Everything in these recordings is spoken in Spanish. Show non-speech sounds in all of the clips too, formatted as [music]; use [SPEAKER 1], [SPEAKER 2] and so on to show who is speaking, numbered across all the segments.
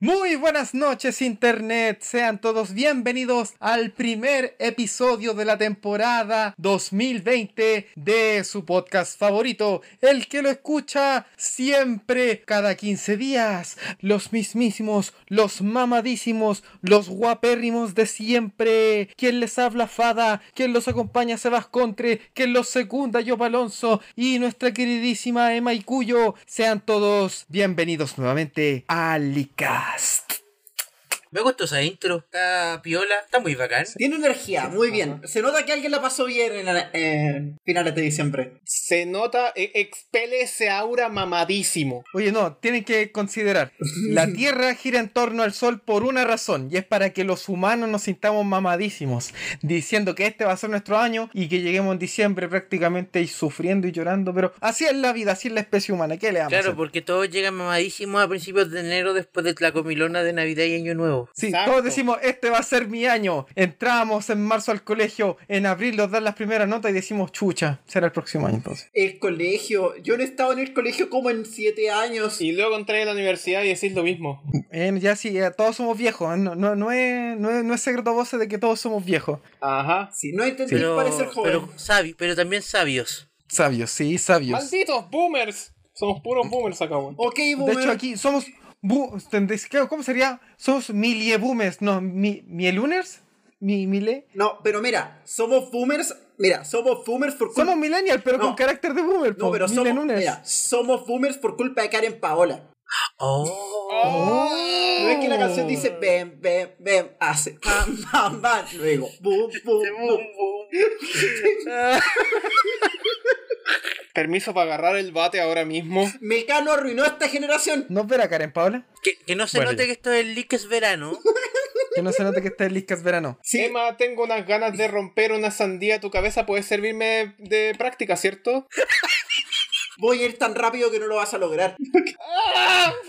[SPEAKER 1] Muy buenas noches Internet, sean todos bienvenidos al primer episodio de la temporada 2020 de su podcast favorito, el que lo escucha siempre, cada 15 días, los mismísimos, los mamadísimos, los guapérrimos de siempre, quien les habla Fada, quien los acompaña Sebas Contre, quien los secunda Yo Alonso y nuestra queridísima Emma Icuyo, sean todos bienvenidos nuevamente a Lica.
[SPEAKER 2] Me gustó esa intro, está piola, está muy bacán.
[SPEAKER 3] Tiene energía, muy bien. Se nota que alguien la pasó bien en eh, finales de diciembre.
[SPEAKER 4] Se nota, e- expele ese aura mamadísimo.
[SPEAKER 1] Oye, no, tienen que considerar. La Tierra gira en torno al Sol por una razón, y es para que los humanos nos sintamos mamadísimos, diciendo que este va a ser nuestro año y que lleguemos en diciembre prácticamente y sufriendo y llorando, pero así es la vida, así es la especie humana, ¿qué le vamos a
[SPEAKER 2] Claro,
[SPEAKER 1] hacer?
[SPEAKER 2] porque todos llegan mamadísimos a principios de enero después de la comilona de Navidad y Año Nuevo.
[SPEAKER 1] Sí,
[SPEAKER 4] Exacto.
[SPEAKER 1] todos decimos, este va a ser mi año. Entramos en marzo al colegio, en abril nos dan las primeras notas y decimos, chucha, será el próximo año entonces.
[SPEAKER 3] El colegio. Yo no he estado en el colegio como en siete años.
[SPEAKER 4] Y luego entré a la universidad y decís lo mismo.
[SPEAKER 1] Eh, ya sí, ya todos somos viejos, no, no, no, es, no, es, no es secreto a voces de que todos somos viejos.
[SPEAKER 4] Ajá.
[SPEAKER 3] Si no intenté
[SPEAKER 2] Pero,
[SPEAKER 3] parecer joven.
[SPEAKER 2] pero, sabi- pero también sabios.
[SPEAKER 1] Sabios, sí, sabios.
[SPEAKER 4] ¡Malditos boomers! Somos puros boomers acá, weón.
[SPEAKER 3] Ok,
[SPEAKER 1] De
[SPEAKER 3] boomer.
[SPEAKER 1] hecho, aquí somos. bu- tendréis- ¿qué- ¿Cómo sería? Somos miliebumers, no, mi, mieluners? Mi, mile.
[SPEAKER 3] No, pero mira, somos boomers. Mira, somos boomers por culpa.
[SPEAKER 1] Somos millennials, pero
[SPEAKER 3] No.
[SPEAKER 1] con carácter de boomer.
[SPEAKER 3] no,
[SPEAKER 1] po,
[SPEAKER 3] pero somos,
[SPEAKER 1] milenuners.
[SPEAKER 3] mira, somos boomers por culpa de Karen Paola.
[SPEAKER 2] Oh,
[SPEAKER 4] Oh.
[SPEAKER 3] No es que la canción dice bem, bem, bem, hace pam, pam, pam, luego [laughs] boom, boom, boom.
[SPEAKER 4] Permiso para agarrar el bate ahora mismo.
[SPEAKER 3] Mecano arruinó a esta generación.
[SPEAKER 1] ¿Nos verá Karen Paula?
[SPEAKER 2] que, que no se
[SPEAKER 1] Bueno,
[SPEAKER 2] note
[SPEAKER 1] ya.
[SPEAKER 2] que esto es el leak es
[SPEAKER 1] [laughs]
[SPEAKER 2] verano.
[SPEAKER 1] Que no se note que está el Liscas verano.
[SPEAKER 3] Sí,
[SPEAKER 4] Emma, tengo unas ganas de romper una sandía a tu cabeza. Puedes servirme de
[SPEAKER 3] [laughs]
[SPEAKER 4] práctica, ¿cierto?
[SPEAKER 3] voy a ir tan rápido que no lo vas a lograr.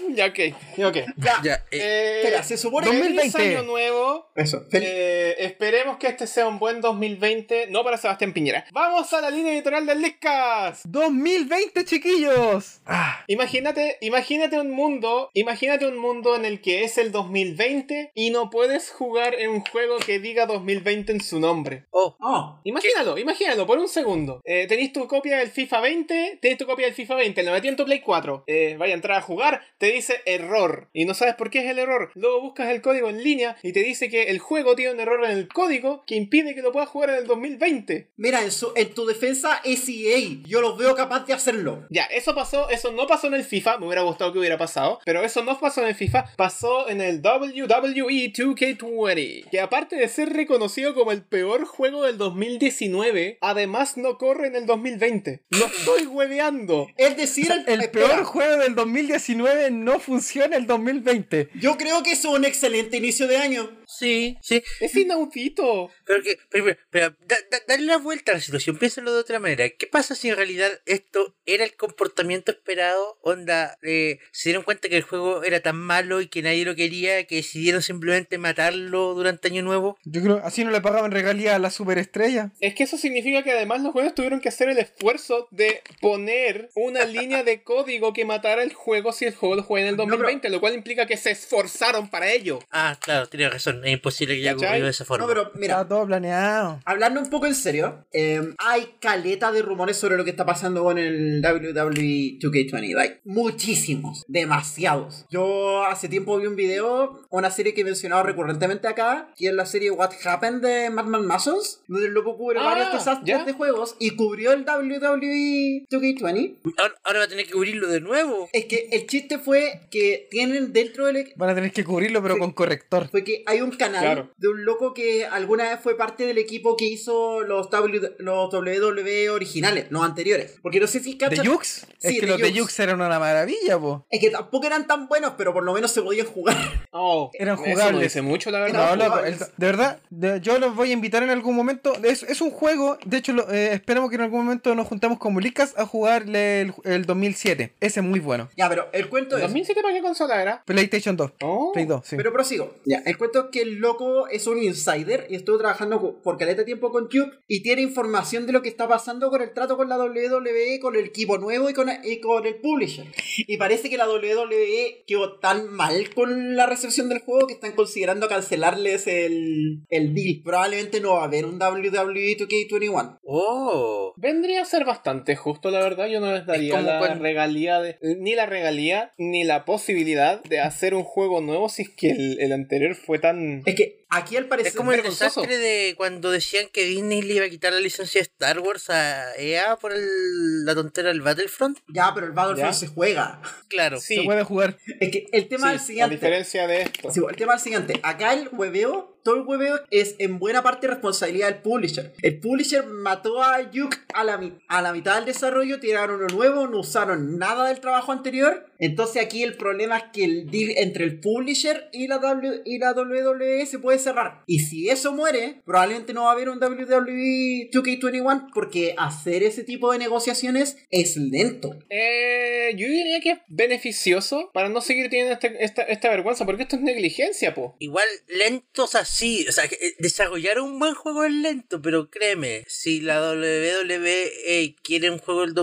[SPEAKER 4] Ya, ok. Ya, ok.
[SPEAKER 3] [laughs] Ya,
[SPEAKER 2] ya, eh,
[SPEAKER 4] Eh,
[SPEAKER 3] espera, se supone que...
[SPEAKER 1] ¿dónde-
[SPEAKER 4] feliz
[SPEAKER 1] 2020.
[SPEAKER 4] año nuevo.
[SPEAKER 3] Eso, feliz-
[SPEAKER 4] Eh, esperemos que este sea un buen 2020, no para Sebastián Piñera. Vamos a la línea editorial del Discas.
[SPEAKER 1] ¡2020, chiquillos! Ah,
[SPEAKER 4] Imagínate, imagínate un mundo, imagínate un mundo en el que es el 2020 y no puedes jugar en un juego que diga 2020 en su nombre.
[SPEAKER 2] oh,
[SPEAKER 3] Oh,
[SPEAKER 4] Imagínalo, imagínalo, por un segundo. Eh, tenéis tu copia del FIFA 20, tenéis tu copia del FIFA 20, lo metí en tu Play 4. Eh, vaya a entrar a jugar, te dice error. Y no sabes por qué es el error. Luego buscas el código en línea y te dice que el juego tiene un error en el código que impide que lo puedas jugar en el 2020.
[SPEAKER 3] mira, en, su- en tu defensa es EA. Yo los veo capaz de hacerlo.
[SPEAKER 4] Ya, eso pasó, eso no pasó en el FIFA, me hubiera gustado que hubiera pasado, pero eso no pasó en el FIFA, pasó en el E WWE 2K20, que aparte de ser reconocido como el peor juego del 2019, además no corre en el 2020. No estoy hueveando.
[SPEAKER 3] Es decir,
[SPEAKER 1] el
[SPEAKER 3] espera,
[SPEAKER 1] peor juego del 2019 no funciona el 2020.
[SPEAKER 3] Yo creo que eso es un excelente inicio de año.
[SPEAKER 2] sí, sí.
[SPEAKER 4] Es inaudito.
[SPEAKER 2] Pero que, pero, pero, pero, da- da- dale la vuelta a la situación, piénsalo de otra manera. ¿Qué pasa si en realidad esto era el comportamiento esperado? Onda, eh, se dieron cuenta que el juego era tan malo y que nadie lo quería, que decidieron simplemente matarlo durante Año Nuevo.
[SPEAKER 1] Yo creo, así no le pagaban regalía a la superestrella.
[SPEAKER 4] Es que eso significa que además los juegos tuvieron que hacer el esfuerzo de poner una línea de código que matara el juego si el juego lo juega en el
[SPEAKER 3] pero-
[SPEAKER 4] 2020, lo cual implica que se esforzaron para ello.
[SPEAKER 2] Ah, claro, tienes razón, es imposible que haya
[SPEAKER 4] ¿Cachai?
[SPEAKER 2] ocurrido de esa forma.
[SPEAKER 3] No, pero
[SPEAKER 1] Está
[SPEAKER 3] mira,
[SPEAKER 1] todo planeado.
[SPEAKER 3] hablando un poco en serio, eh, hay caleta de rumores sobre lo que está pasando con el E WWE 2K20. like, muchísimos, demasiados. Yo hace tiempo vi un video, una serie que he mencionado recurrentemente acá, que es la serie What Happened de Madman Masons, donde el loco cubre
[SPEAKER 4] Ah,
[SPEAKER 3] varios desastres
[SPEAKER 4] ya.
[SPEAKER 3] de juegos y cubrió el E WWE 2K20.
[SPEAKER 2] ahora, ahora va a tener que cubrirlo de nuevo.
[SPEAKER 3] Es que el chiste fue que tienen dentro del,
[SPEAKER 1] Van a tener que cubrirlo, pero
[SPEAKER 3] Sí.
[SPEAKER 1] con corrector.
[SPEAKER 3] fue que hay un canal
[SPEAKER 4] Claro.
[SPEAKER 3] de un loco que alguna vez fue parte del equipo que hizo los, W- los WWE originales, los anteriores. Porque no sé si
[SPEAKER 1] ¿De
[SPEAKER 3] cachan.
[SPEAKER 1] Jux?
[SPEAKER 3] Sí,
[SPEAKER 1] es que
[SPEAKER 3] de
[SPEAKER 1] los de
[SPEAKER 3] Jux.
[SPEAKER 1] Jux eran una maravilla, po.
[SPEAKER 3] Es que tampoco eran tan buenos, pero por lo menos se podían jugar. [laughs]
[SPEAKER 4] Oh,
[SPEAKER 1] Eran
[SPEAKER 4] eso no
[SPEAKER 1] jugables.
[SPEAKER 4] dice mucho, la verdad.
[SPEAKER 1] No,
[SPEAKER 3] Eran
[SPEAKER 1] loco, el-
[SPEAKER 3] jugables.
[SPEAKER 1] de verdad, de- yo los voy a invitar en algún momento. Es, es un juego, de hecho, lo- eh, esperamos que en algún momento nos juntamos con Mulicas a jugar el, el 2007. Ese es muy bueno.
[SPEAKER 3] Ya, pero el cuento es.
[SPEAKER 4] ¿2007 para qué consola era?
[SPEAKER 1] PlayStation 2.
[SPEAKER 4] Oh.
[SPEAKER 1] Play 2, sí.
[SPEAKER 3] Pero prosigo. Ya, el cuento es que el loco es un insider y estuvo trabajando co- por caleta de tiempo con Cube y tiene información de lo que está pasando con el trato con la WWE, con el equipo nuevo y con, y con el publisher. Y parece que la WWE quedó tan mal con la recepción del juego que están considerando cancelarles el, el deal. Probablemente no va a haber un E WWE 2K21.
[SPEAKER 2] Oh.
[SPEAKER 4] Vendría a ser bastante justo, la verdad. Yo no les daría
[SPEAKER 2] como
[SPEAKER 4] la
[SPEAKER 2] cuando-
[SPEAKER 4] regalía de- ni la regalía ni la posibilidad de hacer un juego nuevo si es que el, el anterior fue tan.
[SPEAKER 3] Es que aquí al parecer...
[SPEAKER 2] Es como el
[SPEAKER 4] vergonzoso.
[SPEAKER 2] desastre de cuando decían que Disney le iba a quitar la licencia de Star Wars a EA por el- la tontera del Battlefront.
[SPEAKER 3] Ya, pero el Battlefront
[SPEAKER 4] Ya.
[SPEAKER 3] se juega. [laughs]
[SPEAKER 2] Claro.
[SPEAKER 4] Sí,
[SPEAKER 1] Se puede jugar.
[SPEAKER 3] Es que el tema es
[SPEAKER 4] sí,
[SPEAKER 3] el
[SPEAKER 4] a
[SPEAKER 3] siguiente.
[SPEAKER 4] diferencia de esto.
[SPEAKER 3] Sí, el tema es el siguiente. Acá el hueveo, todo el hueveo es en buena parte responsabilidad del publisher. El publisher mató a Yuke a la, mi- a la mitad del desarrollo, tiraron uno nuevo, no usaron nada del trabajo anterior. Entonces aquí el problema es que el deal entre el publisher y la, W- y la WWE se puede cerrar. Y si eso muere, probablemente no va a haber un E WWE 2K21 porque hacer ese tipo de negociaciones es lento.
[SPEAKER 4] Eh, yo diría que es beneficioso para no seguir teniendo este- esta, esta vergüenza, porque esto es negligencia, po.
[SPEAKER 2] Igual lentos así, o sea, que, eh, desarrollar un buen juego es lento, pero créeme, si la WWE quiere un juego del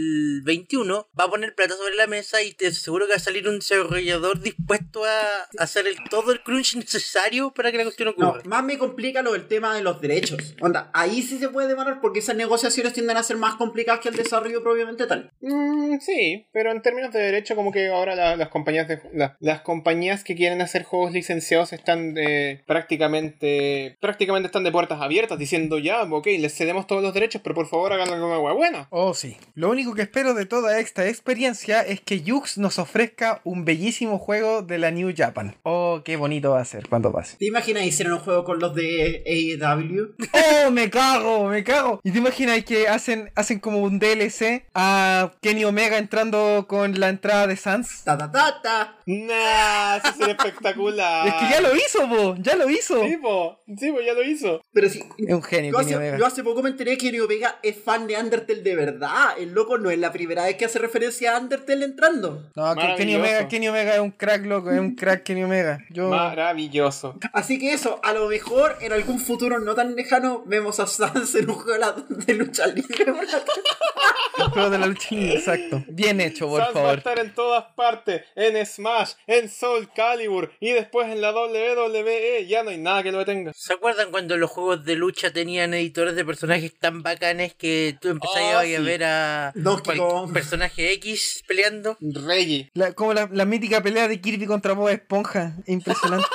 [SPEAKER 2] 2021, va a poner plata sobre la mesa y te aseguro que va a salir un desarrollador dispuesto a hacer el, todo el crunch necesario para que la cuestión
[SPEAKER 3] No,
[SPEAKER 2] ocurra.
[SPEAKER 3] más me complica lo del tema de los derechos. Onda, ahí sí se puede demorar porque esas negociaciones tienden a ser más complicadas que el desarrollo propiamente tal.
[SPEAKER 4] Mm, sí, pero en términos de derecho, como que ahora la- las compañías de- la- las compañías que quieren hacer juegos licenciados están de- prácticamente prácticamente están de puertas abiertas, diciendo ya, ok, les cedemos todos los derechos, pero por favor hagan alguna hueá buena.
[SPEAKER 1] Oh, sí. Lo único que espero de toda esta experiencia es que Yux nos ofrezca un bellísimo juego de la New Japan. Oh, qué bonito va a ser cuando pase.
[SPEAKER 3] ¿Te imaginas hicieron un juego con los de E AEW?
[SPEAKER 1] [laughs] ¡Oh, me cago! ¡Me cago! ¿Y te imaginas que hacen, hacen como un DLC a Kenny Omega entrando con la entrada de Sans?
[SPEAKER 3] Ta ta ta ta.
[SPEAKER 4] Nah, eso sería espectacular.
[SPEAKER 1] Es que ya lo hizo, po, ya lo hizo.
[SPEAKER 4] Sí, po, sí, po, ya lo hizo.
[SPEAKER 3] Pero sí.
[SPEAKER 1] Es un genio,
[SPEAKER 3] Yo
[SPEAKER 1] Kenny
[SPEAKER 3] hace, yo
[SPEAKER 1] Omega.
[SPEAKER 3] hace poco me enteré que Kenny Omega es fan de Undertale de verdad. El loco no es la primera vez que hace referencia a Undertale entrando.
[SPEAKER 1] No, que Kenny
[SPEAKER 4] Maravilloso.
[SPEAKER 1] Omega, Kenny Omega es un crack, loco, es un crack Kenny Omega. Yo.
[SPEAKER 4] Maravilloso.
[SPEAKER 3] Así que eso, a lo mejor en algún futuro no tan lejano vemos a Sans en un juego de la- de lucha libre. [laughs]
[SPEAKER 1] El juego de la lucha libre, exacto. Bien hecho, por
[SPEAKER 4] Sans va a
[SPEAKER 1] favor.
[SPEAKER 4] estar en todas partes, en Smash, en Soul Calibur y después en la WWE. Ya no hay nada que lo detenga.
[SPEAKER 2] ¿Se acuerdan cuando los juegos de lucha tenían editores de personajes tan bacanes que tú
[SPEAKER 4] Oh,
[SPEAKER 2] empezabas
[SPEAKER 4] sí.
[SPEAKER 2] a ver a
[SPEAKER 3] Donkey
[SPEAKER 2] cual-
[SPEAKER 3] Kong.
[SPEAKER 2] personaje X peleando?
[SPEAKER 4] Reggie.
[SPEAKER 1] La- como la, la mítica pelea de Kirby contra Bob Esponja. Impresionante.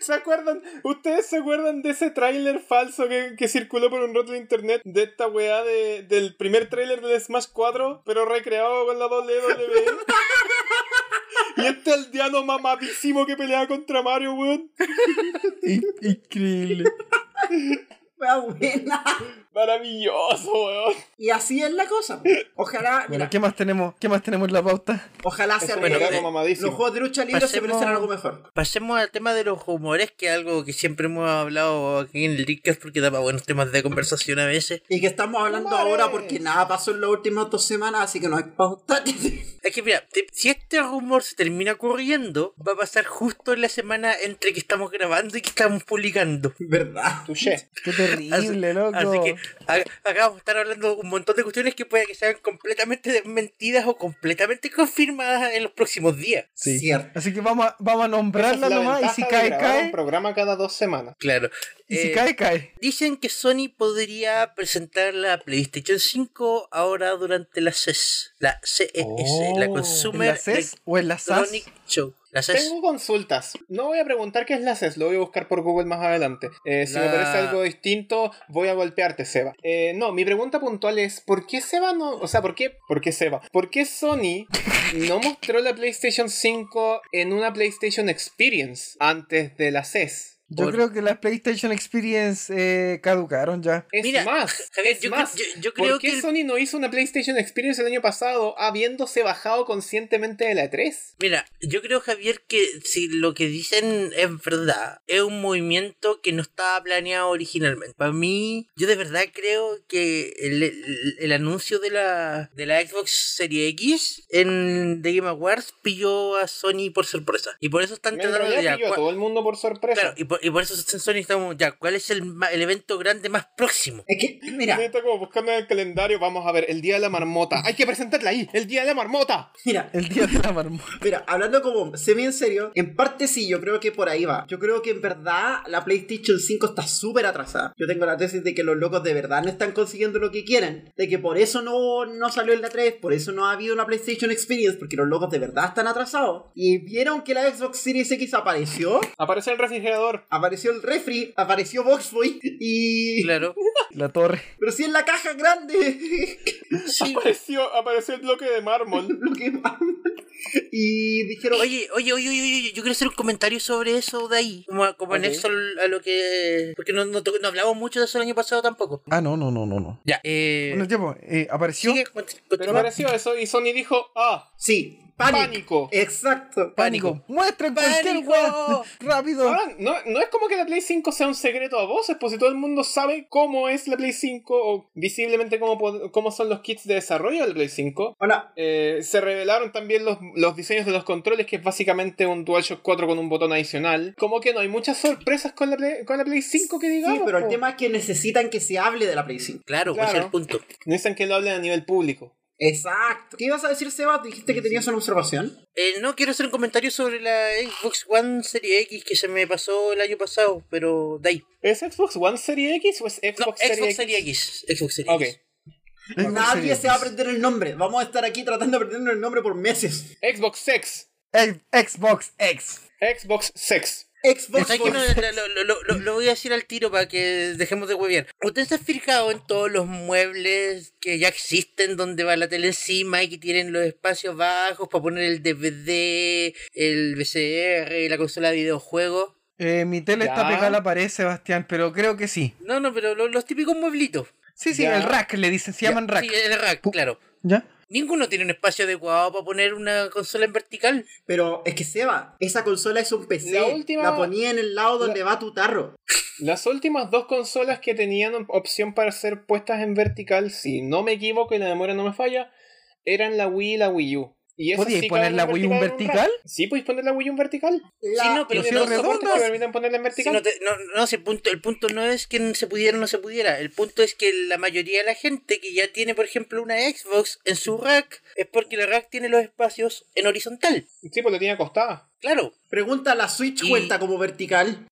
[SPEAKER 4] ¿Se acuerdan? ¿Ustedes se acuerdan de ese tráiler falso que, que circuló por un rato en internet? De esta weá de, del primer tráiler del Smash 4, pero recreado con la WWE. [laughs] y este aldeano mamadísimo que peleaba contra Mario, weón.
[SPEAKER 1] In- Increíble.
[SPEAKER 3] Wea buena.
[SPEAKER 4] Maravilloso, weón.
[SPEAKER 3] Y así es la cosa. Ojalá,
[SPEAKER 1] Bueno,
[SPEAKER 3] mira,
[SPEAKER 1] ¿qué más tenemos? ¿Qué más tenemos en la pauta?
[SPEAKER 3] ojalá
[SPEAKER 4] Es
[SPEAKER 3] se
[SPEAKER 4] un
[SPEAKER 3] arregle.
[SPEAKER 4] verano mamadísimo.
[SPEAKER 3] Los juegos de lucha libre se
[SPEAKER 2] Pasemos-
[SPEAKER 3] merecen algo mejor.
[SPEAKER 2] Pasemos al tema de los humores, que es algo que siempre hemos hablado aquí en el Leadcast porque da para buenos temas de conversación a veces.
[SPEAKER 3] Y que estamos hablando
[SPEAKER 4] ¡Mare!
[SPEAKER 3] ahora porque nada pasó en las últimas dos semanas, así que no hay pauta.
[SPEAKER 2] Es que mira, te- si este rumor se termina corriendo, va a pasar justo en la semana entre que estamos grabando y que estamos publicando.
[SPEAKER 3] [laughs] ¿Verdad?
[SPEAKER 4] Touché.
[SPEAKER 1] Qué terrible, loco.
[SPEAKER 2] Así que a- acá vamos a estar hablando un montón de cuestiones que puede que sean completamente desmentidas o completamente confirmadas en los próximos días.
[SPEAKER 1] Sí.
[SPEAKER 3] Cierto.
[SPEAKER 1] Así que vamos a, vamos a
[SPEAKER 4] Esa
[SPEAKER 1] nombrarla
[SPEAKER 4] es la
[SPEAKER 1] nomás y
[SPEAKER 4] ventaja
[SPEAKER 1] si
[SPEAKER 4] de
[SPEAKER 1] cae,
[SPEAKER 4] grabar un
[SPEAKER 1] cae.
[SPEAKER 4] programa cada dos semanas.
[SPEAKER 2] Claro.
[SPEAKER 1] Y si
[SPEAKER 2] Eh,
[SPEAKER 1] cae, cae.
[SPEAKER 2] Dicen que Sony podría presentar la PlayStation 5 ahora durante la CES. La CES, la
[SPEAKER 4] Oh.
[SPEAKER 1] ¿En
[SPEAKER 2] Consumer
[SPEAKER 1] la CES o en la SAS?
[SPEAKER 2] Electronic Show. La E CES.
[SPEAKER 4] Tengo consultas. No voy a preguntar qué es la CES, lo voy a buscar por Google más adelante. Eh, Si me
[SPEAKER 2] La-
[SPEAKER 4] parece algo distinto, voy a golpearte, Seba. Eh, no, mi pregunta puntual es: ¿por qué Seba no.? O sea, ¿por qué, por qué Seba? ¿Por qué Sony
[SPEAKER 2] [laughs]
[SPEAKER 4] no mostró la E PlayStation 5 en una PlayStation Experience antes de la CES?
[SPEAKER 1] Yo
[SPEAKER 2] Por-
[SPEAKER 1] creo que las PlayStation Experience eh, caducaron ya.
[SPEAKER 4] Es
[SPEAKER 2] Mira,
[SPEAKER 4] más,
[SPEAKER 2] [laughs] Javier,
[SPEAKER 4] es
[SPEAKER 2] yo, cre-
[SPEAKER 4] más.
[SPEAKER 2] yo- yo creo
[SPEAKER 4] ¿Por
[SPEAKER 2] que.
[SPEAKER 4] qué
[SPEAKER 2] el-
[SPEAKER 4] Sony no hizo una PlayStation Experience el año pasado habiéndose bajado conscientemente de la E 3?
[SPEAKER 2] Mira, yo creo, Javier, que si lo que dicen es verdad, es un movimiento que no estaba planeado originalmente. Para mí, yo de verdad creo que el, el- el anuncio de la, de la Xbox Series X en The Game Awards pilló a Sony por sorpresa. Y por eso están
[SPEAKER 4] En
[SPEAKER 2] tratando de...
[SPEAKER 4] realidad
[SPEAKER 2] ya,
[SPEAKER 4] pilló a
[SPEAKER 2] cua-
[SPEAKER 4] todo el mundo por sorpresa.
[SPEAKER 2] Pues, Claro, y por, y por eso en Sony estamos ya, ¿cuál es el, ma- el evento grande más próximo?
[SPEAKER 3] Es que, mira,
[SPEAKER 4] Neta, como buscando en el calendario, vamos a ver, el día de la marmota. Hay que presentarla ahí, el día de la marmota.
[SPEAKER 3] mira,
[SPEAKER 1] El día de la marmota.
[SPEAKER 3] Mira, hablando como semi en serio, en parte sí, yo creo que por ahí va. Yo creo que en verdad la PlayStation 5 está súper atrasada. Yo tengo la tesis de que los locos de verdad no están consiguiendo lo que quieren. De que por eso no, no salió el la 3, por eso no ha habido una PlayStation Experience, porque los locos de verdad están atrasados. Y vieron que la Xbox Series X apareció,
[SPEAKER 4] Aparece el refrigerador.
[SPEAKER 3] apareció el refri, apareció Boxboy y...
[SPEAKER 2] Claro.
[SPEAKER 1] [laughs] La torre.
[SPEAKER 3] Pero sí en la caja grande. [laughs]
[SPEAKER 2] Sí.
[SPEAKER 4] Apareció, apareció el bloque de mármol.
[SPEAKER 3] Lo que- y dijeron...
[SPEAKER 2] Oye, oye, oye, oye, oye, yo quiero hacer un comentario sobre eso de ahí, como, como
[SPEAKER 4] Ok.
[SPEAKER 2] anexo al- a lo que... Porque no, no, to- no hablamos mucho de eso el año pasado tampoco.
[SPEAKER 1] Ah, no, no, no, no, no.
[SPEAKER 2] Ya, eh...
[SPEAKER 1] Bueno, ya, pues, eh, apareció
[SPEAKER 2] sigue, cont- continúa.
[SPEAKER 4] Pero apareció eso y Sony dijo, ah,
[SPEAKER 3] Sí, pánico.
[SPEAKER 4] Pánico.
[SPEAKER 3] Exacto.
[SPEAKER 1] pánico. Muestren cualquier
[SPEAKER 2] Pánico.
[SPEAKER 1] weá. [laughs] Rápido.
[SPEAKER 4] ahora, Ah, no, no es como que la Play 5 sea un secreto a voces, pues si todo el mundo sabe cómo es la Play 5 o visiblemente cómo, pod- cómo son los kits de desarrollo de la Play 5.
[SPEAKER 3] Hola.
[SPEAKER 4] Eh, se revelaron también los, los diseños de los controles, que es básicamente un DualShock 4 con un botón adicional. Como que no hay muchas sorpresas con la Play, con la Play 5 que digamos.
[SPEAKER 3] Sí, pero el
[SPEAKER 4] po.
[SPEAKER 3] tema es que necesitan que se hable de la Play 5.
[SPEAKER 2] Claro,
[SPEAKER 4] Claro.
[SPEAKER 2] ese es el punto.
[SPEAKER 4] Necesitan que lo hablen a nivel público.
[SPEAKER 3] Exacto. ¿Qué ibas a decir, Seba? Dijiste que tenías una observación.
[SPEAKER 2] Eh, no quiero hacer un comentario sobre la Xbox One Series X que se me pasó el año pasado, pero de ahí.
[SPEAKER 4] ¿Es Xbox One Series X o es Xbox,
[SPEAKER 2] No, Xbox
[SPEAKER 4] Series
[SPEAKER 2] Series X. Xbox Series
[SPEAKER 4] Ok.
[SPEAKER 2] X.
[SPEAKER 3] Nadie se va a aprender el nombre. Vamos a estar aquí tratando de aprendernos el nombre por meses.
[SPEAKER 4] Xbox Sex.
[SPEAKER 1] Ex- Xbox X.
[SPEAKER 4] Xbox Sex.
[SPEAKER 3] Xbox.
[SPEAKER 2] ¿Sabes qué? No, lo, lo- lo- lo- lo voy a decir al tiro para que dejemos de huevear. ¿Ustedes se han fijado en todos los muebles que ya existen donde va la tele encima y que tienen los espacios bajos para poner el DVD, el VCR y la consola de videojuegos?
[SPEAKER 1] Eh, mi tele
[SPEAKER 4] Ya.
[SPEAKER 1] está pegada a la pared, Sebastián, pero creo que sí.
[SPEAKER 2] No, no, pero lo- los, típicos mueblitos.
[SPEAKER 1] Sí, sí,
[SPEAKER 4] Ya.
[SPEAKER 1] el rack le dicen, se llaman rack.
[SPEAKER 2] Sí, el rack, claro.
[SPEAKER 1] ¿Ya?
[SPEAKER 2] Ninguno tiene un espacio adecuado para poner una consola en vertical.
[SPEAKER 3] Pero es que Seba, esa consola es un PC. La,
[SPEAKER 4] La última-
[SPEAKER 3] ponía en el lado donde va tu tarro.
[SPEAKER 4] Las últimas dos consolas que tenían op- opción para ser puestas en vertical, si no me equivoco y la memoria no me falla, eran la Wii y la Wii U. Y esas
[SPEAKER 1] ¿Podíais
[SPEAKER 4] sí
[SPEAKER 1] poner
[SPEAKER 4] caben
[SPEAKER 1] la
[SPEAKER 4] en
[SPEAKER 1] Wii U en vertical?
[SPEAKER 4] rack. Sí, podéis poner la Wii U en vertical.
[SPEAKER 3] La-
[SPEAKER 2] Sí, no, pero
[SPEAKER 4] Tiene
[SPEAKER 1] si
[SPEAKER 2] no
[SPEAKER 4] dos
[SPEAKER 1] es
[SPEAKER 2] soporta-
[SPEAKER 1] redondo,
[SPEAKER 4] soportes que permiten ponerla en
[SPEAKER 2] Sí,
[SPEAKER 4] vertical.
[SPEAKER 2] no, te- no, no, si el, punto, el punto no es que se pudiera o no se pudiera. El punto es que la mayoría de la gente que ya tiene, por ejemplo, una Xbox en su rack es porque la rack tiene los espacios en horizontal.
[SPEAKER 4] Sí, pues lo tenía acostada.
[SPEAKER 2] Claro.
[SPEAKER 3] Pregunta, ¿la Switch
[SPEAKER 2] Y-
[SPEAKER 3] cuenta como vertical?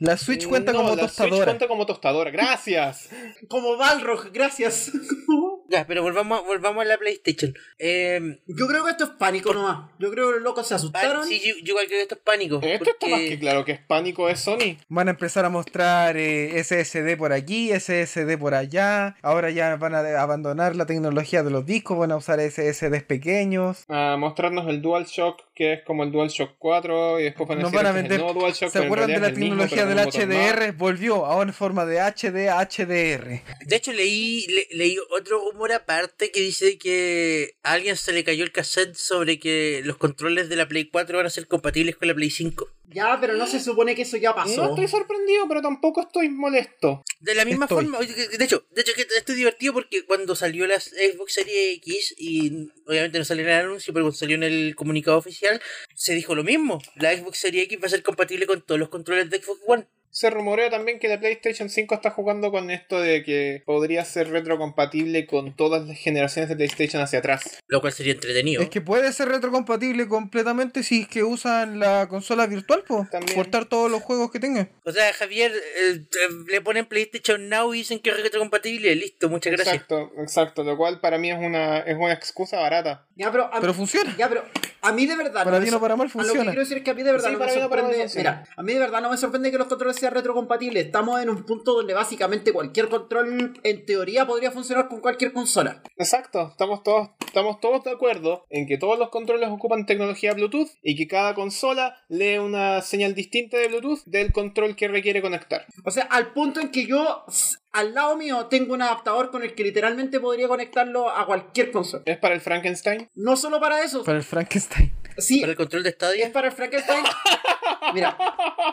[SPEAKER 1] La Switch cuenta
[SPEAKER 4] Mm, No,
[SPEAKER 1] como
[SPEAKER 4] la Switch
[SPEAKER 1] tostadora.
[SPEAKER 4] cuenta como tostadora. Gracias.
[SPEAKER 3] Como Balrog, gracias. [laughs]
[SPEAKER 2] Ya, pero volvamos, a- volvamos a la PlayStation. Eh,
[SPEAKER 3] Yo creo que esto es pánico nomás. Yo creo que los locos se
[SPEAKER 2] pa-
[SPEAKER 3] asustaron.
[SPEAKER 2] sí, yo, yo igual creo que esto es pánico.
[SPEAKER 4] Esto Este está más que
[SPEAKER 2] porque-
[SPEAKER 4] claro que es pánico de Sony.
[SPEAKER 1] Van a empezar a mostrar eh, SSD por aquí, SSD por allá. Ahora ya van a de- abandonar la tecnología de los discos, van a usar SSDs pequeños.
[SPEAKER 4] a mostrarnos el DualShock, que es como el DualShock 4, y después van a
[SPEAKER 1] Nos
[SPEAKER 4] decir
[SPEAKER 1] van a
[SPEAKER 4] que es el
[SPEAKER 1] vender.
[SPEAKER 4] nuevo DualShock,
[SPEAKER 1] ¿Se
[SPEAKER 4] pero en
[SPEAKER 1] acuerdan de la
[SPEAKER 4] realidad es el mismo,
[SPEAKER 1] tecnología
[SPEAKER 4] pero
[SPEAKER 1] del
[SPEAKER 4] con un botón más.
[SPEAKER 1] HDR? Volvió, ahora en forma de HD a HDR.
[SPEAKER 2] De hecho, leí, le- leí otro rumor aparte que dice que a alguien se le cayó el cassette sobre que los controles de la Play 4 van a ser compatibles con la Play 5.
[SPEAKER 3] Ya, pero no se supone que eso ya pasó.
[SPEAKER 4] No estoy sorprendido, pero tampoco estoy molesto.
[SPEAKER 2] De la misma
[SPEAKER 1] Estoy.
[SPEAKER 2] forma, oye, que- que- de hecho, de hecho que esto es divertido porque cuando salió la Xbox Series X y obviamente no salió en el anuncio, pero cuando salió en el comunicado oficial, se dijo lo mismo. La Xbox Series X va a ser compatible con todos los controles de Xbox One.
[SPEAKER 4] Se rumorea también que la PlayStation 5 está jugando con esto de que podría ser retrocompatible con todas las generaciones de PlayStation hacia atrás.
[SPEAKER 2] Lo cual sería entretenido.
[SPEAKER 1] Es que puede ser retrocompatible completamente si es que usan la consola virtual, po.
[SPEAKER 4] También.
[SPEAKER 1] Portar todos los juegos que tengan.
[SPEAKER 2] O sea, Javier, eh, eh, le ponen PlayStation Now y dicen que es retrocompatible. Listo, muchas gracias.
[SPEAKER 4] Exacto, exacto, lo cual para mí es una, es una excusa barata.
[SPEAKER 3] Ya, pero, a-
[SPEAKER 4] Ah,
[SPEAKER 1] Pero funciona.
[SPEAKER 3] Ya, pero a a mí de verdad.
[SPEAKER 1] Para
[SPEAKER 3] me
[SPEAKER 1] bien o
[SPEAKER 3] sor-
[SPEAKER 1] para mal
[SPEAKER 3] a lo que
[SPEAKER 1] funciona.
[SPEAKER 3] quiero decir es que a mí de verdad
[SPEAKER 4] Sí,
[SPEAKER 3] no me
[SPEAKER 4] para bien o para mal
[SPEAKER 3] sorprende.
[SPEAKER 4] funciona.
[SPEAKER 3] Mira, a mí de verdad no me sorprende que los controles sean retrocompatibles. Estamos en un punto donde básicamente cualquier control en teoría podría funcionar con cualquier consola.
[SPEAKER 4] Exacto, estamos todos, estamos todos de acuerdo en que todos los controles ocupan tecnología Bluetooth y que cada consola lee una señal distinta de Bluetooth del control que requiere conectar.
[SPEAKER 3] O sea, al punto en que yo s- al lado mío tengo un adaptador con el que literalmente podría conectarlo a cualquier consola.
[SPEAKER 4] ¿Es para el Frankenstein?
[SPEAKER 3] No solo para eso,
[SPEAKER 1] Para el Frankenstein.
[SPEAKER 3] sí,
[SPEAKER 2] Para el control de
[SPEAKER 3] es
[SPEAKER 2] Stadia.
[SPEAKER 3] para el Frankenstein. Mira,
[SPEAKER 1] [laughs]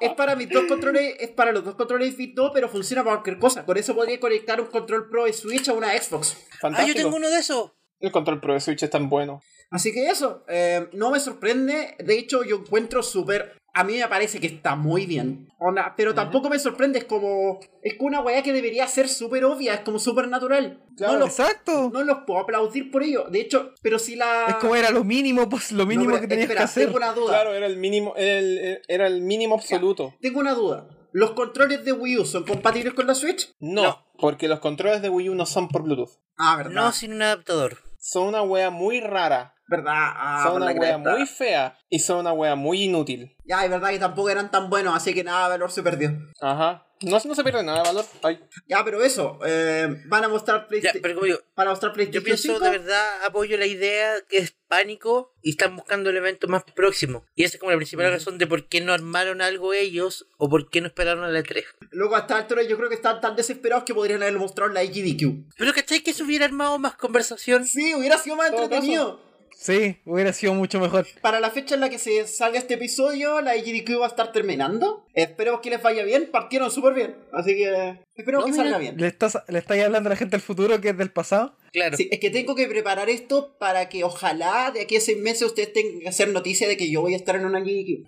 [SPEAKER 3] es para mis dos controles, es para los dos controles Fit 2, pero funciona para cualquier cosa. Con eso podría conectar un control Pro de Switch a una Xbox.
[SPEAKER 2] Ah,
[SPEAKER 4] Fantástico.
[SPEAKER 2] yo tengo uno de esos.
[SPEAKER 4] El control Pro de Switch es tan bueno.
[SPEAKER 3] Así que eso, eh, no me sorprende. De hecho, yo encuentro súper. A mí me parece que está muy bien. Onda, pero tampoco me sorprende. Es como. Es como una weá que debería ser súper obvia. Es como súper natural. no, los,
[SPEAKER 1] Exacto.
[SPEAKER 3] no los puedo aplaudir por ello. De hecho, pero si la.
[SPEAKER 1] Es como era lo mínimo, pues, lo mínimo
[SPEAKER 3] No, pero
[SPEAKER 1] que tenías
[SPEAKER 3] espera,
[SPEAKER 1] que hacer.
[SPEAKER 3] Tengo una duda.
[SPEAKER 4] Claro, era el mínimo, el- era el mínimo absoluto.
[SPEAKER 3] Tengo una duda. ¿Los controles de Wii U son compatibles con la Switch?
[SPEAKER 4] No,
[SPEAKER 2] No.
[SPEAKER 4] porque los controles de Wii U no son por Bluetooth.
[SPEAKER 3] Ah, verdad.
[SPEAKER 2] No, sin un adaptador.
[SPEAKER 4] Son una wea muy rara.
[SPEAKER 3] Verdad. Ah,
[SPEAKER 4] son
[SPEAKER 3] por
[SPEAKER 4] una
[SPEAKER 3] la
[SPEAKER 4] wea
[SPEAKER 3] cresta.
[SPEAKER 4] muy fea y son una wea muy inútil.
[SPEAKER 3] Ya, es verdad que tampoco eran tan buenos, así que nada, valor se perdió.
[SPEAKER 4] Ajá. No, no se pierde nada de valor. Ay.
[SPEAKER 3] Ya, pero eso. eh, van a mostrar
[SPEAKER 2] Ya,
[SPEAKER 3] PlayStation.
[SPEAKER 2] pero como digo,
[SPEAKER 3] Para mostrar PlayStation
[SPEAKER 2] yo pienso
[SPEAKER 3] 5.
[SPEAKER 2] de verdad, apoyo la idea que es pánico y están buscando el evento más próximo. Y esa es como la principal razón de por qué no armaron algo ellos o por qué no esperaron a la E 3.
[SPEAKER 3] Luego a esta altura yo creo que están tan desesperados que podrían haberlo mostrado en la IGDQ.
[SPEAKER 2] Pero ¿cachai que se hubiera armado más conversación?
[SPEAKER 3] Sí, hubiera sido más
[SPEAKER 4] Todo
[SPEAKER 3] entretenido.
[SPEAKER 1] Sí, hubiera sido mucho mejor.
[SPEAKER 3] Para la fecha en la que se salga este episodio, la IGDQ va a estar terminando. Esperemos que les vaya bien. Partieron súper bien. Así que eh, esperemos
[SPEAKER 2] No,
[SPEAKER 3] que
[SPEAKER 2] mira,
[SPEAKER 3] salga bien.
[SPEAKER 1] ¿Le estás, ¿Le estáis hablando a la gente del futuro que es del pasado?
[SPEAKER 2] Claro.
[SPEAKER 3] Sí, es que tengo que preparar esto para que ojalá de aquí a seis meses ustedes tengan que hacer noticia de que yo voy a estar en una IGDQ.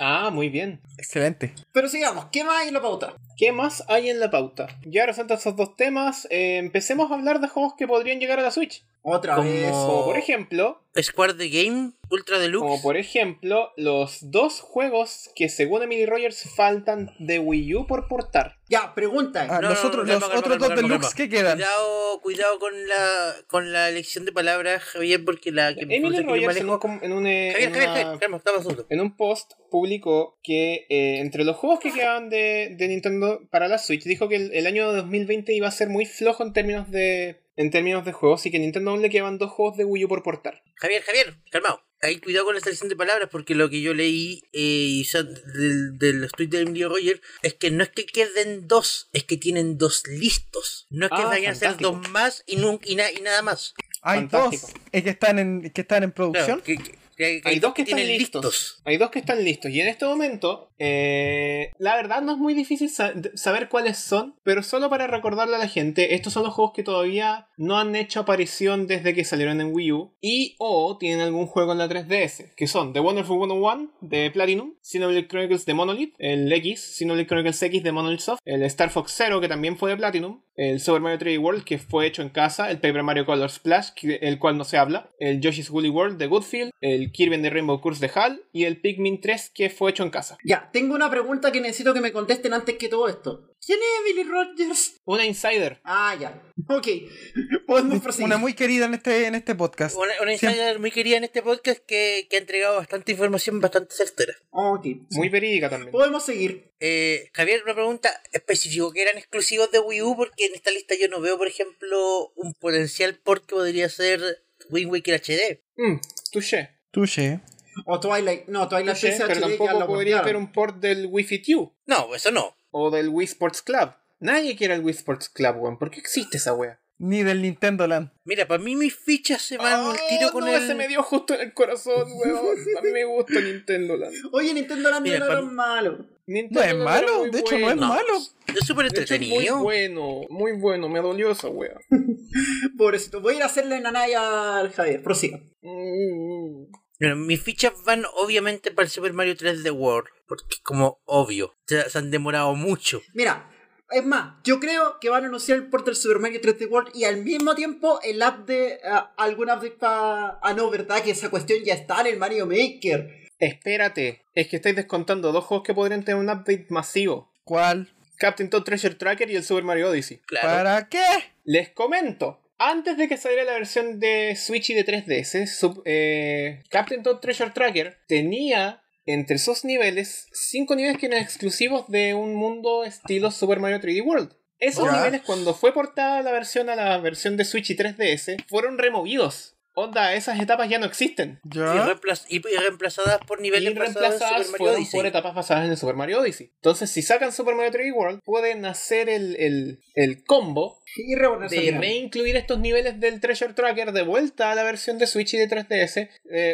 [SPEAKER 4] Ah, muy bien.
[SPEAKER 1] Excelente.
[SPEAKER 3] Pero sigamos, ¿qué más hay en la pauta?
[SPEAKER 4] ¿Qué más hay en la pauta? Ya resaltan esos dos temas. eh, empecemos a hablar de juegos que podrían llegar a la Switch.
[SPEAKER 3] Otra
[SPEAKER 2] Como-
[SPEAKER 3] vez.
[SPEAKER 4] Como por ejemplo,
[SPEAKER 2] Square the Game Ultra Oh. Deluxe.
[SPEAKER 4] como por ejemplo, los dos juegos que según Emily Rogers faltan de Wii U por portar.
[SPEAKER 3] Ya, pregunta.
[SPEAKER 1] Ah, los otros- los
[SPEAKER 2] calma,
[SPEAKER 1] otros
[SPEAKER 2] calma,
[SPEAKER 1] dos
[SPEAKER 2] calma,
[SPEAKER 1] deluxe
[SPEAKER 2] calma.
[SPEAKER 1] que quedan.
[SPEAKER 2] Cuidado, cuidado con la con la elección de palabras, Javier, porque la que me
[SPEAKER 4] Emily
[SPEAKER 2] que yo
[SPEAKER 4] Rogers en un,
[SPEAKER 2] manejo-
[SPEAKER 4] com- en un, eh,
[SPEAKER 2] Javier,
[SPEAKER 4] en
[SPEAKER 2] Javier,
[SPEAKER 4] una-
[SPEAKER 2] Javier, calma, estamos juntos.
[SPEAKER 4] en un post publicó que eh, entre los juegos que quedaban de, de Nintendo para la Switch, dijo que el, el año 2020 iba a ser muy flojo en términos de en términos de juegos y que a Nintendo aún le quedaban dos juegos de Wii U por portar.
[SPEAKER 2] Javier, Javier, calmado. Ahí cuidado con la selección de palabras, porque lo que yo leí eh, y son del- de los tweets de Emily Roger es que no es que queden dos, es que tienen dos listos. No es que
[SPEAKER 4] Ah,
[SPEAKER 2] vayan a
[SPEAKER 4] fantástico.
[SPEAKER 2] ser dos más y, nun- y, na- y nada más.
[SPEAKER 1] Hay
[SPEAKER 4] Fantástico.
[SPEAKER 1] dos eh, que están en, que están en producción.
[SPEAKER 2] Claro, que- que- que-
[SPEAKER 4] Hay dos que están
[SPEAKER 2] tienen
[SPEAKER 4] listos. Hay dos que están listos. Y en este momento, eh, la verdad no es muy difícil sa- de- saber cuáles son, pero solo para recordarle a la gente, estos son los juegos que todavía no han hecho aparición desde que salieron en Wii U y o tienen algún juego en la 3DS, que son The Wonderful 101 de Platinum, Xenoblade Chronicles de Monolith, el X, Xenoblade Chronicles X de Monolith Soft, el Star Fox Zero, que también fue de Platinum, el Super Mario 3D World, que fue hecho en casa, el Paper Mario Color Splash, que- el cual no se habla, el Yoshi's Woolly World de Goodfield, el Kirby and the Rainbow Curse de HAL y el Pikmin 3, que fue hecho en casa.
[SPEAKER 3] Ya, tengo una pregunta que necesito que me contesten antes que todo esto. ¿Quién es Billy Rogers?
[SPEAKER 4] Una Insider.
[SPEAKER 3] Ah, ya. Ok. [laughs] Podemos proseguir.
[SPEAKER 1] Una muy querida en este, en este podcast.
[SPEAKER 2] Una, una
[SPEAKER 1] Siempre-
[SPEAKER 2] insider muy querida en este podcast que, que ha entregado bastante información bastante certera.
[SPEAKER 3] Ok.
[SPEAKER 4] Muy verídica también.
[SPEAKER 3] Podemos seguir.
[SPEAKER 2] Eh, Javier, una pregunta específico que eran exclusivos de Wii U porque en esta lista yo no veo, por ejemplo, un potencial port que podría ser Wind Waker HD.
[SPEAKER 4] Mm, touché.
[SPEAKER 1] Touché.
[SPEAKER 3] O Twilight. No, Twilight
[SPEAKER 4] Touché,
[SPEAKER 3] Princess
[SPEAKER 4] pero
[SPEAKER 3] HD ya
[SPEAKER 4] tampoco
[SPEAKER 3] lo
[SPEAKER 4] podría
[SPEAKER 3] cambiaron.
[SPEAKER 4] haber un port del Wi-Fi Q
[SPEAKER 2] No, eso no.
[SPEAKER 4] o del Wii Sports Club. Nadie quiere el Wii Sports Club, weón. ¿Por qué existe esa wea?
[SPEAKER 1] Ni del Nintendo Land.
[SPEAKER 2] Mira, para mí mis fichas se van al tiro con
[SPEAKER 4] Ah, no,
[SPEAKER 2] el...
[SPEAKER 4] se me dio justo en
[SPEAKER 2] [laughs]
[SPEAKER 4] el corazón, weón. A mí me gusta Nintendo Land.
[SPEAKER 3] Oye, Nintendo Land
[SPEAKER 2] Mira,
[SPEAKER 3] no
[SPEAKER 2] para-
[SPEAKER 3] era tan malo.
[SPEAKER 4] Nintendo
[SPEAKER 1] No es
[SPEAKER 4] Land era
[SPEAKER 1] malo,
[SPEAKER 4] muy
[SPEAKER 1] de hecho no es
[SPEAKER 4] bueno.
[SPEAKER 1] malo.
[SPEAKER 2] Es súper
[SPEAKER 4] De hecho, muy
[SPEAKER 2] entretenido.
[SPEAKER 4] bueno, muy bueno. Me dolió esa wea.
[SPEAKER 3] Pobrecito. Voy a ir a hacerle nanaya al Javier. Prosiga.
[SPEAKER 4] Mm.
[SPEAKER 2] Mira, mis fichas van obviamente para el Super Mario 3D World, porque es como obvio. Se, se han demorado mucho.
[SPEAKER 3] Mira, es más, yo creo que van a anunciar el port del Super Mario 3D World y al mismo tiempo el app de. ah, algún update para. Ah, no, ¿verdad? Que esa cuestión ya está en el Mario Maker.
[SPEAKER 4] Espérate, es que estáis descontando dos juegos que podrían tener un update masivo.
[SPEAKER 1] ¿Cuál?
[SPEAKER 4] Captain Toad Treasure Tracker y el Super Mario Odyssey.
[SPEAKER 2] Claro.
[SPEAKER 1] ¿Para qué?
[SPEAKER 4] Les comento. Antes de que saliera la versión de Switch y de 3DS, su- eh, Captain Toad Treasure Tracker tenía entre esos niveles cinco niveles que eran exclusivos de un mundo estilo Super Mario 3D World. Esos
[SPEAKER 1] Ya.
[SPEAKER 4] niveles cuando fue portada la versión a la versión de Switch y 3DS fueron removidos. Onda, esas etapas ya no existen.
[SPEAKER 2] Y,
[SPEAKER 1] Ya.
[SPEAKER 2] reemplaz- y- y reemplazadas por niveles
[SPEAKER 4] Y reemplazadas
[SPEAKER 2] basados en Super Mario
[SPEAKER 4] fueron
[SPEAKER 2] Odyssey.
[SPEAKER 4] por etapas basadas en el Super Mario Odyssey. Entonces, si sacan Super Mario 3D World, pueden hacer el, el- el combo
[SPEAKER 3] Y revolverse
[SPEAKER 4] de
[SPEAKER 3] bien.
[SPEAKER 4] reincluir estos niveles del Treasure Tracker de vuelta a la versión de Switch y de 3DS. Eh,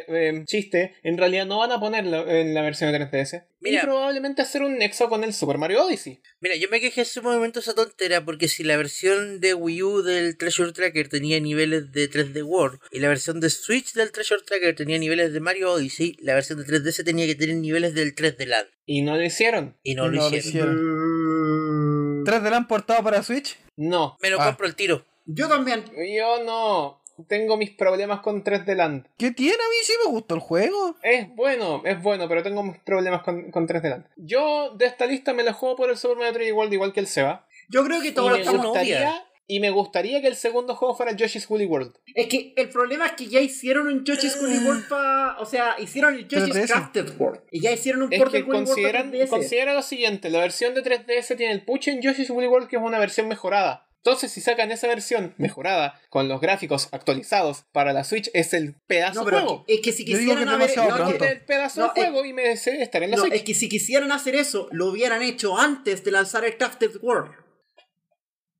[SPEAKER 4] eh, chiste, en realidad no van a ponerlo en la versión de 3DS.
[SPEAKER 2] Mira.
[SPEAKER 4] Y probablemente hacer un nexo con el Super Mario Odyssey.
[SPEAKER 2] Mira, yo me quejé hace un momento esa tontera porque si la versión de Wii U del Treasure Tracker tenía niveles de 3D World y la versión de Switch del Treasure Tracker tenía niveles de Mario Odyssey, la versión de 3DS tenía que tener niveles del 3D Land
[SPEAKER 4] Y no lo hicieron.
[SPEAKER 2] y
[SPEAKER 1] No
[SPEAKER 2] no, lo
[SPEAKER 1] lo
[SPEAKER 2] hicieron.
[SPEAKER 1] hicieron.
[SPEAKER 3] Mm,
[SPEAKER 1] ¿Tres de la han portado para Switch?
[SPEAKER 4] No.
[SPEAKER 2] Me lo
[SPEAKER 1] Ah.
[SPEAKER 2] compro el tiro.
[SPEAKER 3] Yo también.
[SPEAKER 4] Yo no. Tengo mis problemas con 3D Land.
[SPEAKER 1] ¿Qué tiene? A mí sí me gustó el juego.
[SPEAKER 4] Es bueno, es bueno, pero tengo mis problemas con, con 3D Land. Yo de esta lista me la juego por el Super Mario 3D World igual que el Seba.
[SPEAKER 3] Yo creo que
[SPEAKER 4] Y
[SPEAKER 3] todos
[SPEAKER 4] me,
[SPEAKER 3] estamos.
[SPEAKER 4] gustaría, y me gustaría que el segundo juego fuera Yoshi's Woolly World.
[SPEAKER 3] Es que el problema es que ya hicieron un Yoshi's Woolly
[SPEAKER 4] Ah.
[SPEAKER 3] World pa- O sea, hicieron el Yoshi's
[SPEAKER 1] 3DS.
[SPEAKER 3] Crafted World. Y ya hicieron un
[SPEAKER 4] Es
[SPEAKER 3] port
[SPEAKER 4] que
[SPEAKER 3] del Woolly World
[SPEAKER 4] consideran,
[SPEAKER 3] para 3DS.
[SPEAKER 4] considera lo siguiente, la versión de 3DS tiene el puche en Yoshi's Woolly World que es una versión mejorada. Entonces si sacan esa versión mejorada con los gráficos actualizados para la Switch es el pedazo
[SPEAKER 3] No, pero
[SPEAKER 4] juego.
[SPEAKER 3] es que si
[SPEAKER 1] Yo digo que
[SPEAKER 3] quisieran
[SPEAKER 1] es
[SPEAKER 3] haber.
[SPEAKER 1] demasiado
[SPEAKER 3] no, es que-
[SPEAKER 1] pronto.
[SPEAKER 4] Es el pedazo
[SPEAKER 3] No,
[SPEAKER 4] de juego y me desee estar en la
[SPEAKER 3] no,
[SPEAKER 4] Switch.
[SPEAKER 3] es que si quisieran hacer eso, lo hubieran hecho antes de lanzar el Crafted World.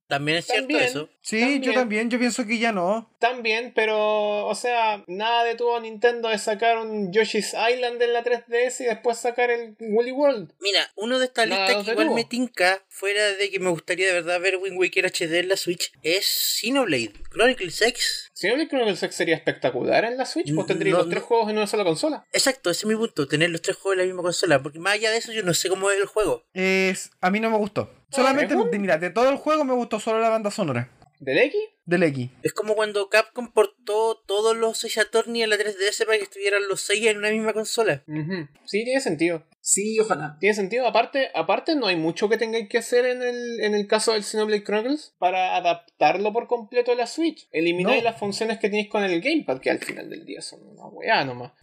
[SPEAKER 2] También es cierto
[SPEAKER 4] También.
[SPEAKER 2] eso.
[SPEAKER 1] Sí, yo
[SPEAKER 4] También.
[SPEAKER 1] también. Yo pienso que ya no.
[SPEAKER 4] También, pero, o sea, nada detuvo a Nintendo de sacar un Yoshi's Island en la 3DS y después sacar el Woolly World.
[SPEAKER 2] Mira, uno de estas
[SPEAKER 4] Nada,
[SPEAKER 2] listas
[SPEAKER 4] no
[SPEAKER 2] que
[SPEAKER 4] se
[SPEAKER 2] igual
[SPEAKER 4] tuvo.
[SPEAKER 2] me tinca, fuera de que me gustaría de verdad ver Wind Waker HD en la Switch, es Xenoblade Chronicles X.
[SPEAKER 4] Si no, creo que el sex sería espectacular en la Switch, pues tendría
[SPEAKER 2] No,
[SPEAKER 4] los
[SPEAKER 2] no.
[SPEAKER 4] tres juegos en una sola consola.
[SPEAKER 2] Exacto, ese es mi punto, tener los tres juegos en la misma consola, porque más allá de eso yo no sé cómo es el juego.
[SPEAKER 1] Es, a mí no me gustó. Solamente,
[SPEAKER 4] es un-
[SPEAKER 1] de- mira, de todo el juego me gustó solo la banda sonora
[SPEAKER 4] ¿Del X?
[SPEAKER 1] del X. [laughs]
[SPEAKER 2] Es como cuando Capcom portó todos los 6 Attorney en la 3DS para que estuvieran los 6 en una misma consola.
[SPEAKER 4] Ujú. Sí, tiene sentido.
[SPEAKER 3] Sí, ojalá.
[SPEAKER 4] Tiene sentido. Aparte, aparte no hay mucho que tengáis que hacer en el, en el caso del Xenoblade Chronicles para adaptarlo por completo a la Switch. Elimináis
[SPEAKER 1] No.
[SPEAKER 4] las funciones que tenéis con el Gamepad, que al final del día son una weá nomás.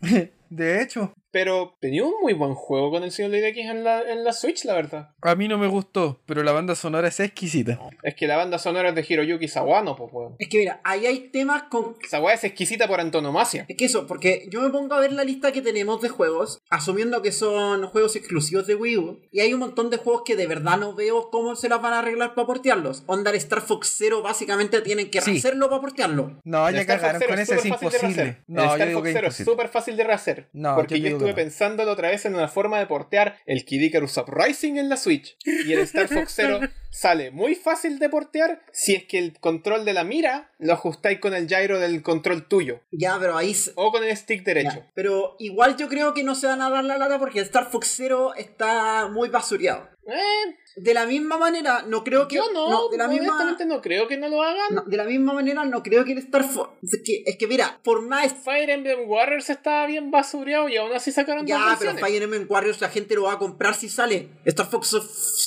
[SPEAKER 1] De hecho,
[SPEAKER 4] Pero tenía un muy buen juego con el Xenoblade X en la, en la Switch, la verdad.
[SPEAKER 1] a mí no me gustó, pero la banda sonora es exquisita.
[SPEAKER 4] Es que la banda sonora es de Hiroyuki Sawano, pues, weón.
[SPEAKER 3] Es que mira, ahí hay temas con.
[SPEAKER 4] Sawano es exquisita por antonomasia.
[SPEAKER 3] Es que eso, porque yo me pongo a ver la lista que tenemos de juegos, asumiendo que son juegos exclusivos de Wii U, y hay un montón de juegos que de verdad no veo cómo se las van a arreglar para portearlos. Onda el Star Fox 0 básicamente tienen que
[SPEAKER 1] Sí.
[SPEAKER 3] hacerlo para portearlo.
[SPEAKER 1] No,
[SPEAKER 4] El
[SPEAKER 1] ya
[SPEAKER 4] Star Fox
[SPEAKER 1] cagaron
[SPEAKER 4] Zero
[SPEAKER 1] con ese, es
[SPEAKER 4] súper fácil de
[SPEAKER 1] imposible.
[SPEAKER 4] rehacer. El
[SPEAKER 1] No, yo
[SPEAKER 4] Star
[SPEAKER 1] digo
[SPEAKER 4] Fox
[SPEAKER 1] que es
[SPEAKER 4] Zero es
[SPEAKER 1] imposible.
[SPEAKER 4] súper fácil de rehacer.
[SPEAKER 1] No,
[SPEAKER 4] porque
[SPEAKER 1] yo
[SPEAKER 4] yo,
[SPEAKER 1] digo que
[SPEAKER 4] estuve
[SPEAKER 1] no.
[SPEAKER 4] pensándolo otra vez en una forma de portear el Kid Icarus Uprising en la Switch. Y el Star Fox
[SPEAKER 1] [laughs]
[SPEAKER 4] Zero sale muy fácil de portear si es que el control de la mira lo ajustáis con el gyro del control tuyo.
[SPEAKER 3] Ya, pero ahí. s-
[SPEAKER 4] O con el stick derecho.
[SPEAKER 3] ya. Pero igual yo creo que no se van a dar la lata porque el Star Fox 0 está muy basureado.
[SPEAKER 4] Eh,
[SPEAKER 3] De la misma manera, no creo que.
[SPEAKER 4] yo no,
[SPEAKER 3] de la misma.
[SPEAKER 4] honestamente no creo que no lo hagan.
[SPEAKER 3] no, de la misma manera, no creo que el Star Fox. Es que, es que mira, por más
[SPEAKER 4] Fire Emblem Warriors estaba bien basureado y aún así sacaron dos
[SPEAKER 3] Ya, pero
[SPEAKER 4] versiones.
[SPEAKER 3] Fire Emblem Warriors la gente lo va a comprar si sale. Star Fox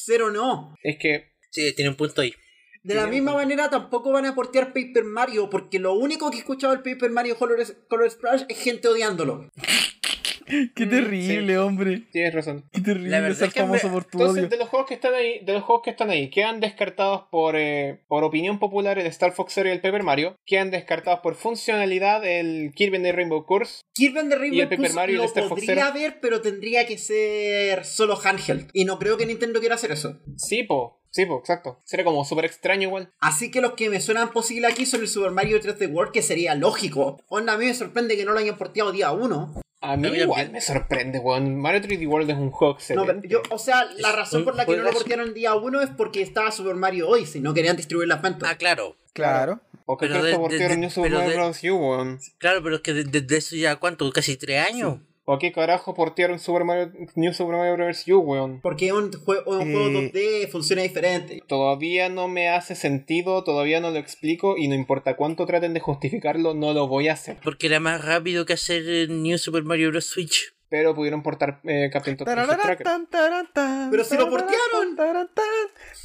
[SPEAKER 3] Zero no.
[SPEAKER 4] Es que
[SPEAKER 2] Sí, tiene un punto ahí.
[SPEAKER 3] De la misma manera tampoco van a portear Paper Mario porque lo único que he escuchado del Paper Mario Color, Color Splash es gente odiándolo.
[SPEAKER 1] Qué
[SPEAKER 4] Mm,
[SPEAKER 1] terrible,
[SPEAKER 4] sí.
[SPEAKER 1] hombre.
[SPEAKER 4] tienes razón.
[SPEAKER 1] [laughs] Qué
[SPEAKER 2] La
[SPEAKER 1] terrible
[SPEAKER 2] verdad
[SPEAKER 1] ser
[SPEAKER 2] es que me-
[SPEAKER 1] famoso por tu
[SPEAKER 4] Entonces,
[SPEAKER 1] odio.
[SPEAKER 4] de los juegos que están ahí, de los juegos que están ahí, quedan descartados por, eh, por opinión popular el Star Fox Zero y el Paper Mario, quedan descartados por funcionalidad el Kirby and the Rainbow Curse.
[SPEAKER 3] Kirby and the Rainbow
[SPEAKER 4] Y el Paper
[SPEAKER 3] Curse
[SPEAKER 4] Mario y el
[SPEAKER 3] lo
[SPEAKER 4] Star Fox
[SPEAKER 3] podría ver, pero tendría que ser solo handheld. Y no creo que Nintendo quiera hacer eso.
[SPEAKER 4] Sí, po, sí, po, exacto. Será como súper extraño igual.
[SPEAKER 3] Así que los que me suenan posible aquí son el Super Mario 3D World, que sería lógico. Onda, a mí me sorprende que no lo hayan porteado día 1.
[SPEAKER 4] A mí
[SPEAKER 2] A mí
[SPEAKER 4] igual
[SPEAKER 2] también.
[SPEAKER 4] me sorprende, weón. Mario 3D World es un juego
[SPEAKER 3] No,
[SPEAKER 4] excelente.
[SPEAKER 3] pero yo, o sea, la
[SPEAKER 2] Es
[SPEAKER 3] razón
[SPEAKER 2] un
[SPEAKER 3] por la que no lo
[SPEAKER 2] juegazo.
[SPEAKER 3] portearon día 1 es porque estaba Super Mario hoy, si no querían distribuir las ventas.
[SPEAKER 2] Ah, claro.
[SPEAKER 1] Claro.
[SPEAKER 4] o que
[SPEAKER 2] pero
[SPEAKER 4] creo que
[SPEAKER 2] de-
[SPEAKER 4] portearon
[SPEAKER 2] de-
[SPEAKER 4] New Super
[SPEAKER 2] pero
[SPEAKER 4] Mario
[SPEAKER 2] de-
[SPEAKER 4] Bros. U, weón.
[SPEAKER 2] Claro, pero es que desde eso ya, ¿cuánto? ¿Casi tres años?
[SPEAKER 4] O qué carajo portearon Super Mario, New Super Mario Bros. U, weón.
[SPEAKER 3] Porque es un, jue- un
[SPEAKER 1] Eh,
[SPEAKER 3] juego 2D, funciona diferente.
[SPEAKER 4] Todavía no me hace sentido, todavía no lo explico y no importa cuánto traten de justificarlo, no lo voy a hacer.
[SPEAKER 2] Porque era más rápido que hacer eh, New Super Mario Bros. Switch.
[SPEAKER 4] pero pudieron portar eh, Captain Toad Princess
[SPEAKER 1] Tararán,
[SPEAKER 4] Tracker.
[SPEAKER 1] tan, tarán, tan,
[SPEAKER 3] Pero si lo
[SPEAKER 1] tararán,
[SPEAKER 3] portearon.
[SPEAKER 1] tararán, tan,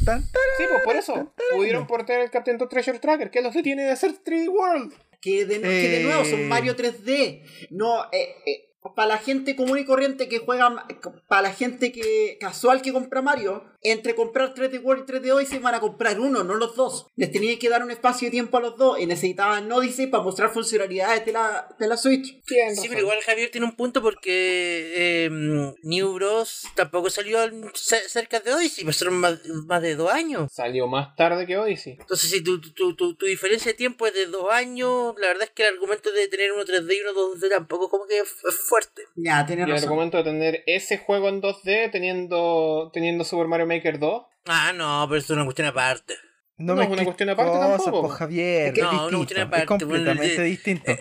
[SPEAKER 1] tan, tarán.
[SPEAKER 4] Sí, pues por eso pudieron portar el Captain Toad Treasure Tracker, que los detiene de hacer 3D World.
[SPEAKER 3] Que de, que de
[SPEAKER 1] Eh.
[SPEAKER 3] nuevo son Mario 3D. No, eh, eh, para la gente común y corriente que juega, ma- para la gente que casual que compra Mario, entre comprar 3D World y 3D Odyssey van a comprar uno, no los dos. Les tenía que dar un espacio de tiempo a los dos y necesitaban Odyssey para mostrar funcionalidades de la, de la Switch.
[SPEAKER 2] Sí,
[SPEAKER 4] Tienes razón.
[SPEAKER 2] pero igual Javier tiene un punto porque eh, New Bros tampoco salió al- ce- cerca de hoy, si pasaron más, más de dos años.
[SPEAKER 4] Salió más tarde que Odyssey.
[SPEAKER 2] Entonces, si tu, tu, tu, tu diferencia de tiempo es de dos años, la verdad es que el argumento de tener uno 3D y uno 2D tampoco como que es es fuerte.
[SPEAKER 3] Ya, tenés
[SPEAKER 4] Y el
[SPEAKER 3] razón.
[SPEAKER 4] argumento de tener ese juego en 2D teniendo, teniendo Super Mario Maker 2.
[SPEAKER 2] Ah, no, pero eso es una cuestión aparte.
[SPEAKER 4] No
[SPEAKER 1] me
[SPEAKER 4] es una
[SPEAKER 1] expliques
[SPEAKER 4] cuestión aparte
[SPEAKER 1] cosas,
[SPEAKER 4] tampoco.
[SPEAKER 1] po, Javier.
[SPEAKER 2] No,
[SPEAKER 1] es distinto,
[SPEAKER 2] no, cuestión
[SPEAKER 1] es
[SPEAKER 2] aparte, bueno,
[SPEAKER 1] completamente
[SPEAKER 2] de-
[SPEAKER 1] distinto.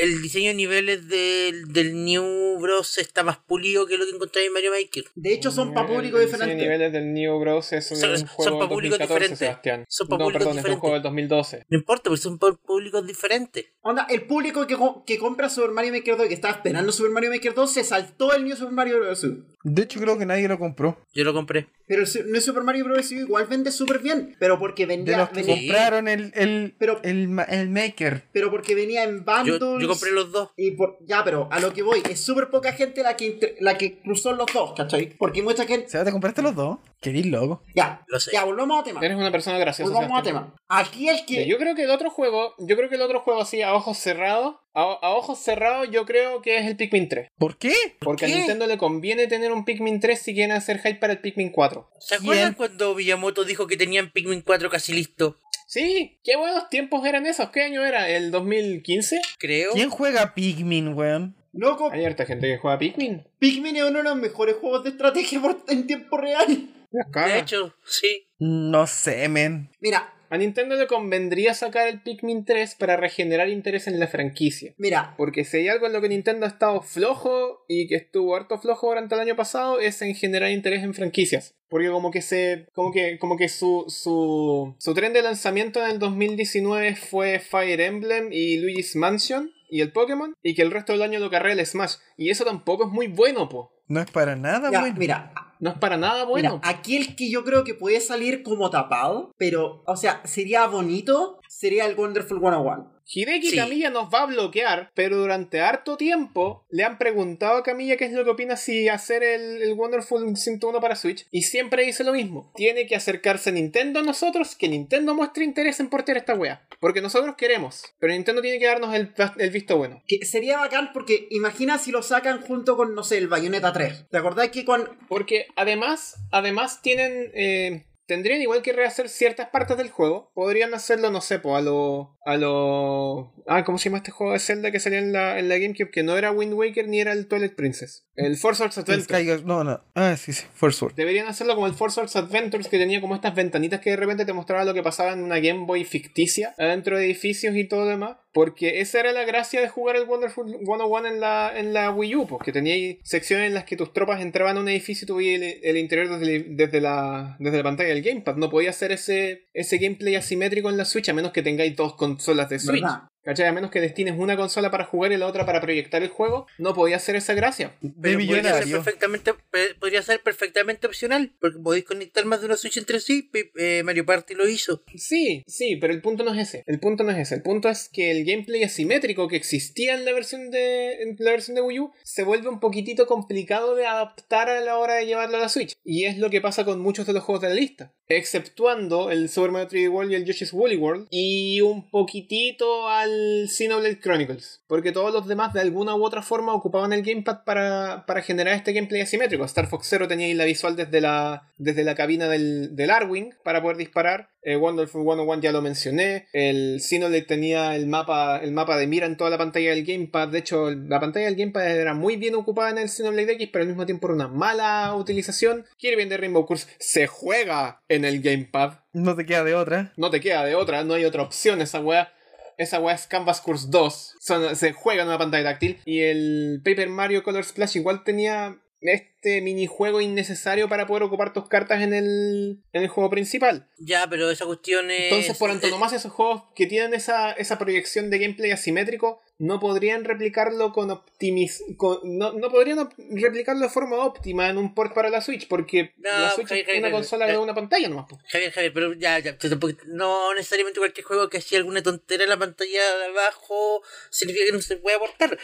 [SPEAKER 2] El diseño de niveles del, del New Bros está más pulido que lo que encontré en Mario Maker.
[SPEAKER 3] De hecho, son para
[SPEAKER 4] El- el
[SPEAKER 3] público
[SPEAKER 4] diseño de
[SPEAKER 3] diferente.
[SPEAKER 4] eh, niveles del New Bros. es
[SPEAKER 2] Son-
[SPEAKER 4] un
[SPEAKER 2] son
[SPEAKER 4] juego
[SPEAKER 2] pa'
[SPEAKER 4] del
[SPEAKER 2] públicos
[SPEAKER 4] 2014,
[SPEAKER 2] diferentes.
[SPEAKER 4] Sebastián.
[SPEAKER 2] Son pa'
[SPEAKER 4] no,
[SPEAKER 2] públicos
[SPEAKER 4] perdón, es un
[SPEAKER 2] diferentes.
[SPEAKER 4] juego del 2012.
[SPEAKER 2] No importa, porque son por públicos diferentes.
[SPEAKER 3] Onda, el público que, co- que compra Super Mario Maker 2 y que estaba esperando Super Mario Maker 2 se saltó el New Super Mario Bros. U.
[SPEAKER 1] De hecho, creo que nadie lo compró.
[SPEAKER 2] Yo lo compré.
[SPEAKER 3] Pero el su- New Super Mario Bros. U igual vende súper bien, pero porque
[SPEAKER 1] De
[SPEAKER 3] vendía,
[SPEAKER 1] los que
[SPEAKER 3] venía,
[SPEAKER 2] sí.
[SPEAKER 1] compraron el, el,
[SPEAKER 3] Pero-
[SPEAKER 1] el, ma- el Maker.
[SPEAKER 3] pero porque venía
[SPEAKER 2] Yo,
[SPEAKER 3] en bundles.
[SPEAKER 2] yo compré los dos.
[SPEAKER 3] y por- ya, pero a lo que voy, es súper poca gente la que, inter- la que cruzó los dos, ¿cachai? Porque mucha gente...
[SPEAKER 1] ¿Se te compraste los dos? Querís loco.
[SPEAKER 3] Ya,
[SPEAKER 2] Lo sé.
[SPEAKER 3] ya, volvamos a tema.
[SPEAKER 4] Eres una persona graciosa.
[SPEAKER 3] Volvamos a
[SPEAKER 4] Sebastián.
[SPEAKER 3] tema. Aquí el que...
[SPEAKER 4] Yo creo que el otro juego, yo creo que el otro juego así a ojos cerrados, a, a ojos cerrados yo creo que es el Pikmin 3.
[SPEAKER 1] ¿Por qué?
[SPEAKER 4] Porque
[SPEAKER 2] qué?
[SPEAKER 4] a Nintendo le conviene tener un Pikmin 3 si quieren hacer hype para el Pikmin 4.
[SPEAKER 2] ¿Se
[SPEAKER 1] ¿Quién?
[SPEAKER 2] acuerdan cuando Miyamoto dijo que tenían Pikmin 4 casi listo?
[SPEAKER 4] Sí, qué buenos tiempos eran esos. ¿Qué año era? ¿El 2015?
[SPEAKER 2] Creo.
[SPEAKER 1] ¿Quién juega Pikmin, weón?
[SPEAKER 3] Loco,
[SPEAKER 4] Hay harta gente que juega Pikmin.
[SPEAKER 3] Pikmin es uno de los mejores juegos de estrategia por- en tiempo real.
[SPEAKER 4] Las
[SPEAKER 2] De
[SPEAKER 4] cagas.
[SPEAKER 2] hecho, sí.
[SPEAKER 1] No sé, men.
[SPEAKER 3] Mira,
[SPEAKER 4] A Nintendo le convendría sacar el Pikmin 3 para regenerar interés en la franquicia.
[SPEAKER 3] mira,
[SPEAKER 4] Porque si hay algo en lo que Nintendo ha estado flojo y que estuvo harto flojo durante el año pasado es en generar interés en franquicias. Porque como que se. como que, como que su, su. su tren de lanzamiento en el 2019 fue Fire Emblem y Luigi's Mansion y el Pokémon. Y que el resto del año lo carrea el Smash. Y eso tampoco es muy bueno, po.
[SPEAKER 1] No es para nada,
[SPEAKER 3] ya,
[SPEAKER 1] bueno.
[SPEAKER 3] mira,
[SPEAKER 4] No es para nada bueno.
[SPEAKER 3] Mira, aquí el que yo creo que puede salir como tapado, pero, o sea, sería bonito, sería el Wonderful 101.
[SPEAKER 4] Hideki
[SPEAKER 2] Sí.
[SPEAKER 4] Camilla nos va a bloquear, pero durante harto tiempo le han preguntado a Camilla qué es lo que opina si hacer el, el Wonderful 101 para Switch, y siempre dice lo mismo. Tiene que acercarse a Nintendo a nosotros, que Nintendo muestre interés en portear esta wea. Porque nosotros queremos, pero Nintendo tiene que darnos el, el visto bueno.
[SPEAKER 3] Que sería bacán porque imagina si lo sacan junto con, no sé, el Bayonetta 3. ¿Te acordás que con...
[SPEAKER 4] Porque además, además tienen... eh, Tendrían igual que rehacer ciertas partes del juego. Podrían hacerlo, no sé, po, a lo. a lo. Ah, ¿cómo se llama este juego de Zelda que salía en la, en la GameCube? Que no era Wind Waker ni era el Twilight Princess. El Forza
[SPEAKER 1] El
[SPEAKER 4] Adventures.
[SPEAKER 1] Skyguard- No, no. Ah, sí, sí. First World.
[SPEAKER 4] Deberían hacerlo como el Forza Adventures que tenía como estas ventanitas que de repente te mostraba lo que pasaba en una Game Boy ficticia, adentro de edificios y todo lo demás. Porque esa era la gracia de jugar el Wonderful 101 en la, en la Wii U, porque tenía ahí secciones en las que tus tropas entraban a un edificio y tú veías el, el interior desde, el- desde, la, desde la pantalla del Gamepad. No podía hacer ese, ese gameplay asimétrico en la Switch a menos que tengáis dos consolas de Switch.
[SPEAKER 3] ¿Verdad?
[SPEAKER 4] ¿Cachai? A menos que destines una consola para jugar y la otra para proyectar el juego, no podía hacer esa gracia.
[SPEAKER 1] De
[SPEAKER 2] Pero podría ser,
[SPEAKER 1] millonario.
[SPEAKER 2] perfectamente, pe- podría ser perfectamente opcional, porque podéis conectar más de una Switch entre sí. pe- eh, Mario Party lo hizo.
[SPEAKER 4] Sí, sí, pero el punto no es ese. El punto no es ese. El punto es que el gameplay asimétrico que existía en la versión de en la versión de Wii U se vuelve un poquitito complicado de adaptar a la hora de llevarlo a la Switch. Y es lo que pasa con muchos de los juegos de la lista, exceptuando el Super Mario 3D World y el Yoshi's Woolly World y un poquitito al Xenoblade Chronicles, porque todos los demás de alguna u otra forma ocupaban el gamepad para, para generar este gameplay asimétrico. Star Fox Zero tenía ahí la visual desde la desde la cabina del del Arwing para poder disparar. Eh, Wonderful 101 ya lo mencioné. El Xenoblade tenía el mapa, el mapa de mira en toda la pantalla del Gamepad. De hecho, el- la pantalla del Gamepad era muy bien ocupada en el Xenoblade X, pero al mismo tiempo era una mala utilización. Kirby de Rainbow Curse se juega en el Gamepad.
[SPEAKER 1] No te queda de otra.
[SPEAKER 4] No te queda de otra, no hay otra opción esa weá. Esa weá es Canvas Course 2. Son- se juega en una pantalla táctil. Y el Paper Mario Color Splash igual tenía este minijuego innecesario para poder ocupar tus cartas en el, en el juego principal.
[SPEAKER 2] Ya, pero esa cuestión es.
[SPEAKER 4] Entonces, por
[SPEAKER 2] eh,
[SPEAKER 4] antonomasia, esos juegos que tienen esa, esa proyección de gameplay asimétrico no podrían replicarlo con optimiz... con- no, no podrían op- replicarlo de forma óptima en un port para la Switch, porque
[SPEAKER 2] No,
[SPEAKER 4] la Switch
[SPEAKER 2] Jaime,
[SPEAKER 4] es una
[SPEAKER 2] Jaime,
[SPEAKER 4] consola
[SPEAKER 2] eh.
[SPEAKER 4] de una pantalla nomás. po.
[SPEAKER 2] Javier, Javier, pero ya, ya, tú tampoco- no necesariamente cualquier juego que hacía alguna tontera en la pantalla de abajo significa que no se puede aportar.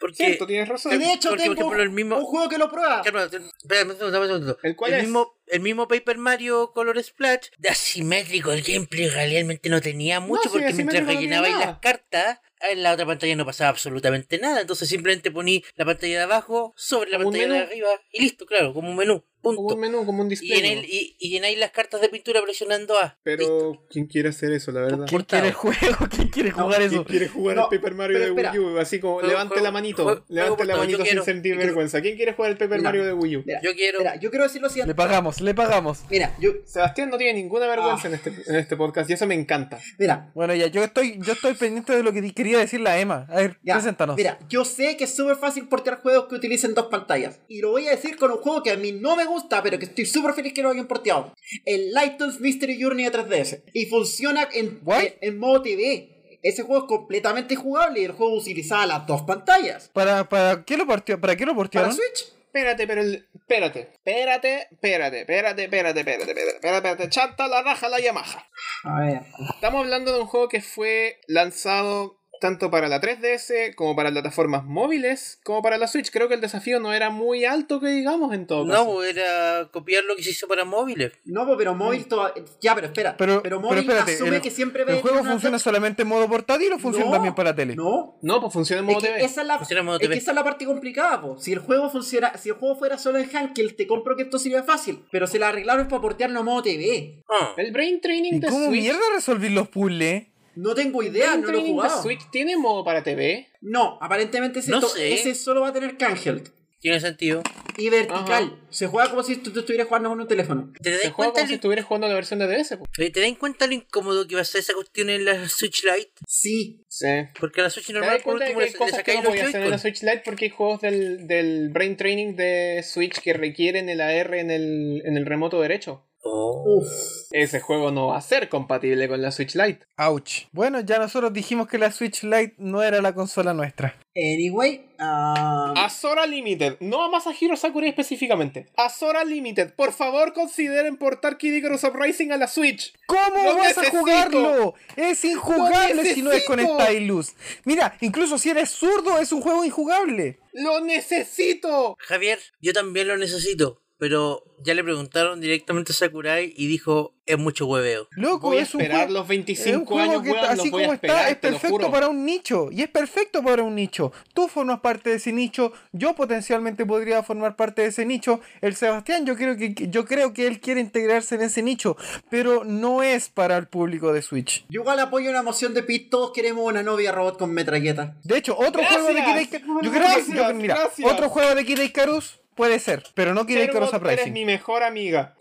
[SPEAKER 2] Porque,
[SPEAKER 4] Cierto, tienes
[SPEAKER 3] Y
[SPEAKER 4] razón.
[SPEAKER 3] de hecho,
[SPEAKER 2] porque, por
[SPEAKER 3] tengo
[SPEAKER 2] ejemplo, el mismo-
[SPEAKER 3] un juego que lo prueba.
[SPEAKER 2] Calma, te- espérame un segundo, dame un segundo.
[SPEAKER 4] ¿El cuál es?
[SPEAKER 2] mismo, el mismo Paper Mario Color Splash, de asimétrico el gameplay realmente no tenía mucho
[SPEAKER 4] sí,
[SPEAKER 2] porque mientras
[SPEAKER 4] asimétrico no tiene
[SPEAKER 2] rellenabais
[SPEAKER 4] nada.
[SPEAKER 2] las cartas, en la otra pantalla no pasaba absolutamente nada. Entonces simplemente poní la pantalla de abajo sobre la
[SPEAKER 4] Como un
[SPEAKER 2] pantalla de
[SPEAKER 4] menú.
[SPEAKER 2] arriba y listo, claro, como un menú. Punto.
[SPEAKER 4] Como un menú, como un
[SPEAKER 2] y,
[SPEAKER 4] display.
[SPEAKER 2] llenáis,
[SPEAKER 4] ¿no?
[SPEAKER 2] y, y llenáis las cartas de pintura presionando A. Listo.
[SPEAKER 4] Pero, ¿quién quiere hacer eso, la verdad?
[SPEAKER 2] ¿Quién
[SPEAKER 1] ¿Quién quiere
[SPEAKER 2] quiere el
[SPEAKER 1] el juego? [laughs] ¿Quién quiere jugar
[SPEAKER 4] ¿Quién
[SPEAKER 1] eso?
[SPEAKER 4] quiere jugar
[SPEAKER 3] No,
[SPEAKER 4] al Paper Mario
[SPEAKER 3] pero
[SPEAKER 4] de
[SPEAKER 3] espera.
[SPEAKER 4] Wii U? Así como,
[SPEAKER 2] Juego,
[SPEAKER 4] levante
[SPEAKER 2] juego,
[SPEAKER 4] la manito,
[SPEAKER 2] juego,
[SPEAKER 4] levante
[SPEAKER 2] juego,
[SPEAKER 4] la
[SPEAKER 2] no,
[SPEAKER 4] manito
[SPEAKER 2] yo
[SPEAKER 4] sin
[SPEAKER 2] quiero.
[SPEAKER 4] sentir
[SPEAKER 2] Yo-
[SPEAKER 4] vergüenza. ¿Quién quiere jugar al Paper
[SPEAKER 3] No.
[SPEAKER 4] Mario de Wii U?
[SPEAKER 3] Mira,
[SPEAKER 2] Yo quiero.
[SPEAKER 3] mira, yo quiero decir lo
[SPEAKER 1] Le
[SPEAKER 3] siguiente.
[SPEAKER 1] pagamos, le pagamos.
[SPEAKER 3] Mira, yo,
[SPEAKER 4] Sebastián no tiene ninguna vergüenza
[SPEAKER 3] Ah.
[SPEAKER 4] en, este, en este podcast y eso me encanta.
[SPEAKER 3] mira,
[SPEAKER 1] Bueno, ya, yo estoy, yo estoy pendiente de lo que di- quería decir la Emma. A ver,
[SPEAKER 3] ya,
[SPEAKER 1] preséntanos.
[SPEAKER 3] mira, yo sé que es súper fácil portear juegos que utilicen dos pantallas. Y lo voy a decir con un juego que a mí no me gusta, pero que estoy súper feliz que lo hayan porteado. El Lighton's Mystery Journey de 3DS. Y funciona en,
[SPEAKER 1] ¿What?
[SPEAKER 3] en, en modo TV. Ese juego es completamente jugable y el juego utilizaba las dos pantallas.
[SPEAKER 1] ¿Para, para qué lo partió? ¿Para qué lo
[SPEAKER 3] Para
[SPEAKER 1] partieron?
[SPEAKER 3] Switch.
[SPEAKER 4] Espérate, pero el. Espérate, espérate, espérate, espérate, espérate, espérate, espérate, espérate, espérate. Chanta la raja la Yamaha.
[SPEAKER 3] A ver.
[SPEAKER 4] Estamos hablando de un juego que fue lanzado tanto para la 3DS como para plataformas móviles como para la Switch. Creo que el desafío no era muy alto que digamos en todo caso.
[SPEAKER 2] No, era copiar lo que se hizo para móviles.
[SPEAKER 3] No, po, pero móvil toda- Ya, pero espera.
[SPEAKER 1] Mm. Pero, pero
[SPEAKER 3] móvil
[SPEAKER 1] espérate,
[SPEAKER 3] asume
[SPEAKER 1] el,
[SPEAKER 3] que siempre
[SPEAKER 1] el
[SPEAKER 3] ve.
[SPEAKER 1] juego
[SPEAKER 3] una-
[SPEAKER 1] funciona solamente en modo portátil o funciona
[SPEAKER 3] No,
[SPEAKER 1] también para tele?
[SPEAKER 3] No,
[SPEAKER 4] No, pues funciona en modo
[SPEAKER 3] Es que
[SPEAKER 4] TV.
[SPEAKER 3] esa es la,
[SPEAKER 2] Funciona en modo
[SPEAKER 3] es
[SPEAKER 2] TV.
[SPEAKER 3] que esa es la parte complicada, po. Si el juego funciona, si el juego fuera solo en handheld, te compro que esto sería fácil. Pero se la arreglaron para portearlo a modo TV.
[SPEAKER 2] Ah.
[SPEAKER 4] El Brain Training
[SPEAKER 1] ¿Y
[SPEAKER 4] de
[SPEAKER 1] cómo
[SPEAKER 4] Switch.
[SPEAKER 1] mierda resolver los puzzles?
[SPEAKER 3] No tengo
[SPEAKER 4] ¿El
[SPEAKER 3] idea,
[SPEAKER 4] Brain
[SPEAKER 3] Ah, no lo he
[SPEAKER 4] Training de
[SPEAKER 3] jugado.
[SPEAKER 4] Switch tiene modo para TV?
[SPEAKER 3] No, aparentemente ese,
[SPEAKER 2] No
[SPEAKER 3] to-
[SPEAKER 2] sé.
[SPEAKER 3] ese solo va a tener handheld.
[SPEAKER 2] Tiene sentido.
[SPEAKER 3] Y vertical. Se juega como si tú, tú estuvieras jugando con un teléfono.
[SPEAKER 2] ¿Te das
[SPEAKER 4] Se juega
[SPEAKER 2] cuenta
[SPEAKER 4] como si
[SPEAKER 2] el-
[SPEAKER 4] estuvieras jugando la versión de pues. DS. po.
[SPEAKER 2] Eh, ¿Te das cuenta lo incómodo que va a ser esa cuestión en la Switch Lite?
[SPEAKER 3] Sí.
[SPEAKER 4] Sí.
[SPEAKER 2] Porque a la Switch
[SPEAKER 4] ¿Te
[SPEAKER 2] normal
[SPEAKER 4] das
[SPEAKER 2] por
[SPEAKER 4] cuenta de
[SPEAKER 2] último
[SPEAKER 4] que
[SPEAKER 2] le,
[SPEAKER 4] hay
[SPEAKER 2] le
[SPEAKER 4] cosas que
[SPEAKER 2] sacáis
[SPEAKER 4] no
[SPEAKER 2] los
[SPEAKER 4] podías hacer en la
[SPEAKER 2] Joy-Con.
[SPEAKER 4] Switch Lite porque hay juegos del, del Brain Training de Switch que requieren el AR en el, en el remoto derecho?
[SPEAKER 2] Oh.
[SPEAKER 3] Uf.
[SPEAKER 4] Ese juego no va a ser compatible con la Switch Lite.
[SPEAKER 1] Ouch. Bueno, ya nosotros dijimos que la Switch Lite no era la consola nuestra.
[SPEAKER 3] Anyway. ah,
[SPEAKER 4] A Sora Limited, no a Masahiro Sakurai específicamente. A Sora Limited, por favor consideren portar Kid Icarus Uprising a la Switch.
[SPEAKER 1] ¿Cómo
[SPEAKER 4] ¡Lo
[SPEAKER 1] vas
[SPEAKER 4] necesito!
[SPEAKER 1] a jugarlo? Es injugable si no es con
[SPEAKER 4] necesito!
[SPEAKER 1] esta luz. Mira, incluso si eres zurdo, es un juego injugable.
[SPEAKER 4] ¡Lo necesito!
[SPEAKER 2] Javier, yo también lo necesito. Pero ya le preguntaron directamente a Sakurai y dijo, es mucho hueveo.
[SPEAKER 1] Loco,
[SPEAKER 4] Voy a
[SPEAKER 1] es un
[SPEAKER 4] esperar
[SPEAKER 1] juego-
[SPEAKER 4] los
[SPEAKER 1] es un
[SPEAKER 4] 25
[SPEAKER 1] juego
[SPEAKER 4] años,
[SPEAKER 1] que
[SPEAKER 4] weón, los
[SPEAKER 1] así
[SPEAKER 4] voy a
[SPEAKER 1] como
[SPEAKER 4] esperar,
[SPEAKER 1] está, es
[SPEAKER 4] te lo juro.
[SPEAKER 1] perfecto para un nicho. Y es perfecto para un nicho. Tú formas parte de ese nicho. Yo potencialmente podría formar parte de ese nicho. El Sebastián, yo creo que, yo creo que él quiere integrarse en ese nicho. Pero no es para el público de Switch.
[SPEAKER 3] yo igual apoyo la moción de Pete. Todos queremos una novia robot con metralleta.
[SPEAKER 1] De hecho, otro
[SPEAKER 4] Gracias.
[SPEAKER 1] juego de Kid Icarus. Yo creo
[SPEAKER 4] Gracias,
[SPEAKER 1] que, yo- mira,
[SPEAKER 4] gracias.
[SPEAKER 1] otro juego de Kid Icarus puede ser, pero no Kid Icarus
[SPEAKER 4] Cherbot, eres mi
[SPEAKER 1] Uprising.
[SPEAKER 4] mejor amiga.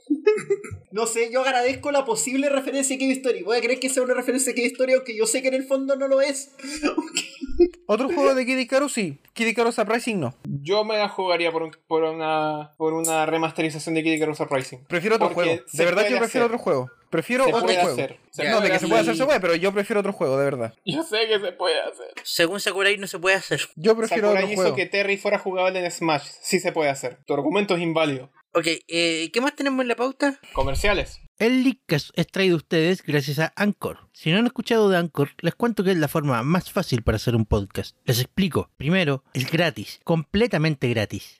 [SPEAKER 3] No sé, yo agradezco la posible referencia que he visto y voy a creer que sea una referencia que he visto aunque yo sé que en el fondo no lo es.
[SPEAKER 1] Otro juego de Kid Icarus sí, Kid Icarus Uprising no.
[SPEAKER 4] Yo me la jugaría por, un- por una por una remasterización de Kid Icarus Uprising.
[SPEAKER 1] Prefiero otro
[SPEAKER 4] Porque
[SPEAKER 1] juego.
[SPEAKER 4] se
[SPEAKER 1] De verdad
[SPEAKER 4] puede
[SPEAKER 1] yo prefiero
[SPEAKER 4] hacer.
[SPEAKER 1] otro juego. Prefiero
[SPEAKER 4] Se
[SPEAKER 1] otro
[SPEAKER 4] puede
[SPEAKER 1] juego.
[SPEAKER 4] hacer. Se
[SPEAKER 1] no, de
[SPEAKER 4] puede
[SPEAKER 1] que se puede
[SPEAKER 4] hacer.
[SPEAKER 1] hacer se puede, pero yo prefiero otro juego, de verdad.
[SPEAKER 4] [laughs] Yo sé que se puede hacer.
[SPEAKER 2] Según Sakurai no se puede hacer.
[SPEAKER 1] Yo prefiero
[SPEAKER 4] Sakurai
[SPEAKER 1] otro
[SPEAKER 4] hizo
[SPEAKER 1] juego.
[SPEAKER 4] que Terry fuera jugable en Smash. Sí se puede hacer. Tu argumento es inválido.
[SPEAKER 2] Ok, eh, ¿qué más tenemos en la pauta?
[SPEAKER 4] Comerciales.
[SPEAKER 5] El Leadcast es traído a ustedes gracias a Anchor. Si no han escuchado de Anchor, les cuento que es la forma más fácil para hacer un podcast. Les explico. Primero, es gratis, completamente gratis.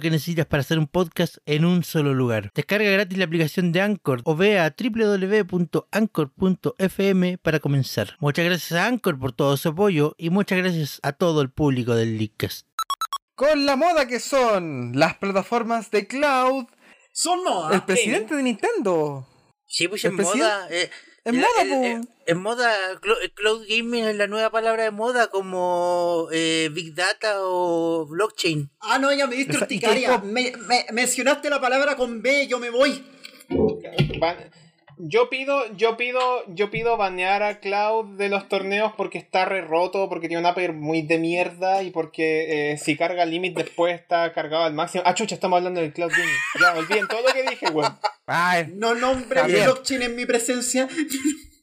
[SPEAKER 5] que necesitas para hacer un podcast en un solo lugar. Descarga gratis la aplicación de Anchor o ve a www.anchor.fm para comenzar. Muchas gracias a Anchor por todo su apoyo y muchas gracias a todo el público del Leadcast.
[SPEAKER 1] Con la moda que son las plataformas de cloud,
[SPEAKER 3] Son
[SPEAKER 4] Ah,
[SPEAKER 1] el
[SPEAKER 3] moda.
[SPEAKER 1] presidente de Nintendo.
[SPEAKER 2] Sí, pues
[SPEAKER 1] ¿El
[SPEAKER 2] en
[SPEAKER 1] presidente?
[SPEAKER 2] moda. eh,
[SPEAKER 1] En
[SPEAKER 2] la-
[SPEAKER 1] moda,
[SPEAKER 2] el-
[SPEAKER 1] po.
[SPEAKER 2] el- En moda, clo- el cloud gaming es la nueva palabra de moda, como eh, Big Data o blockchain. [laughs]
[SPEAKER 3] Ah, no, ya me diste
[SPEAKER 1] Esa-
[SPEAKER 3] urticaria.
[SPEAKER 1] K-pop.
[SPEAKER 3] Me, me- mencionaste la palabra con B, yo me voy.
[SPEAKER 4] Ban- Yo pido, yo pido, yo pido banear a Cloud de los torneos porque está re roto, porque tiene un upper muy de mierda y porque eh, si carga límite después está cargado al máximo. Ah, chucha, estamos hablando del Cloud Gaming. Ya, olviden todo lo que dije, weón.
[SPEAKER 1] Ay,
[SPEAKER 3] No nombre
[SPEAKER 1] También.
[SPEAKER 3] blockchain en mi presencia.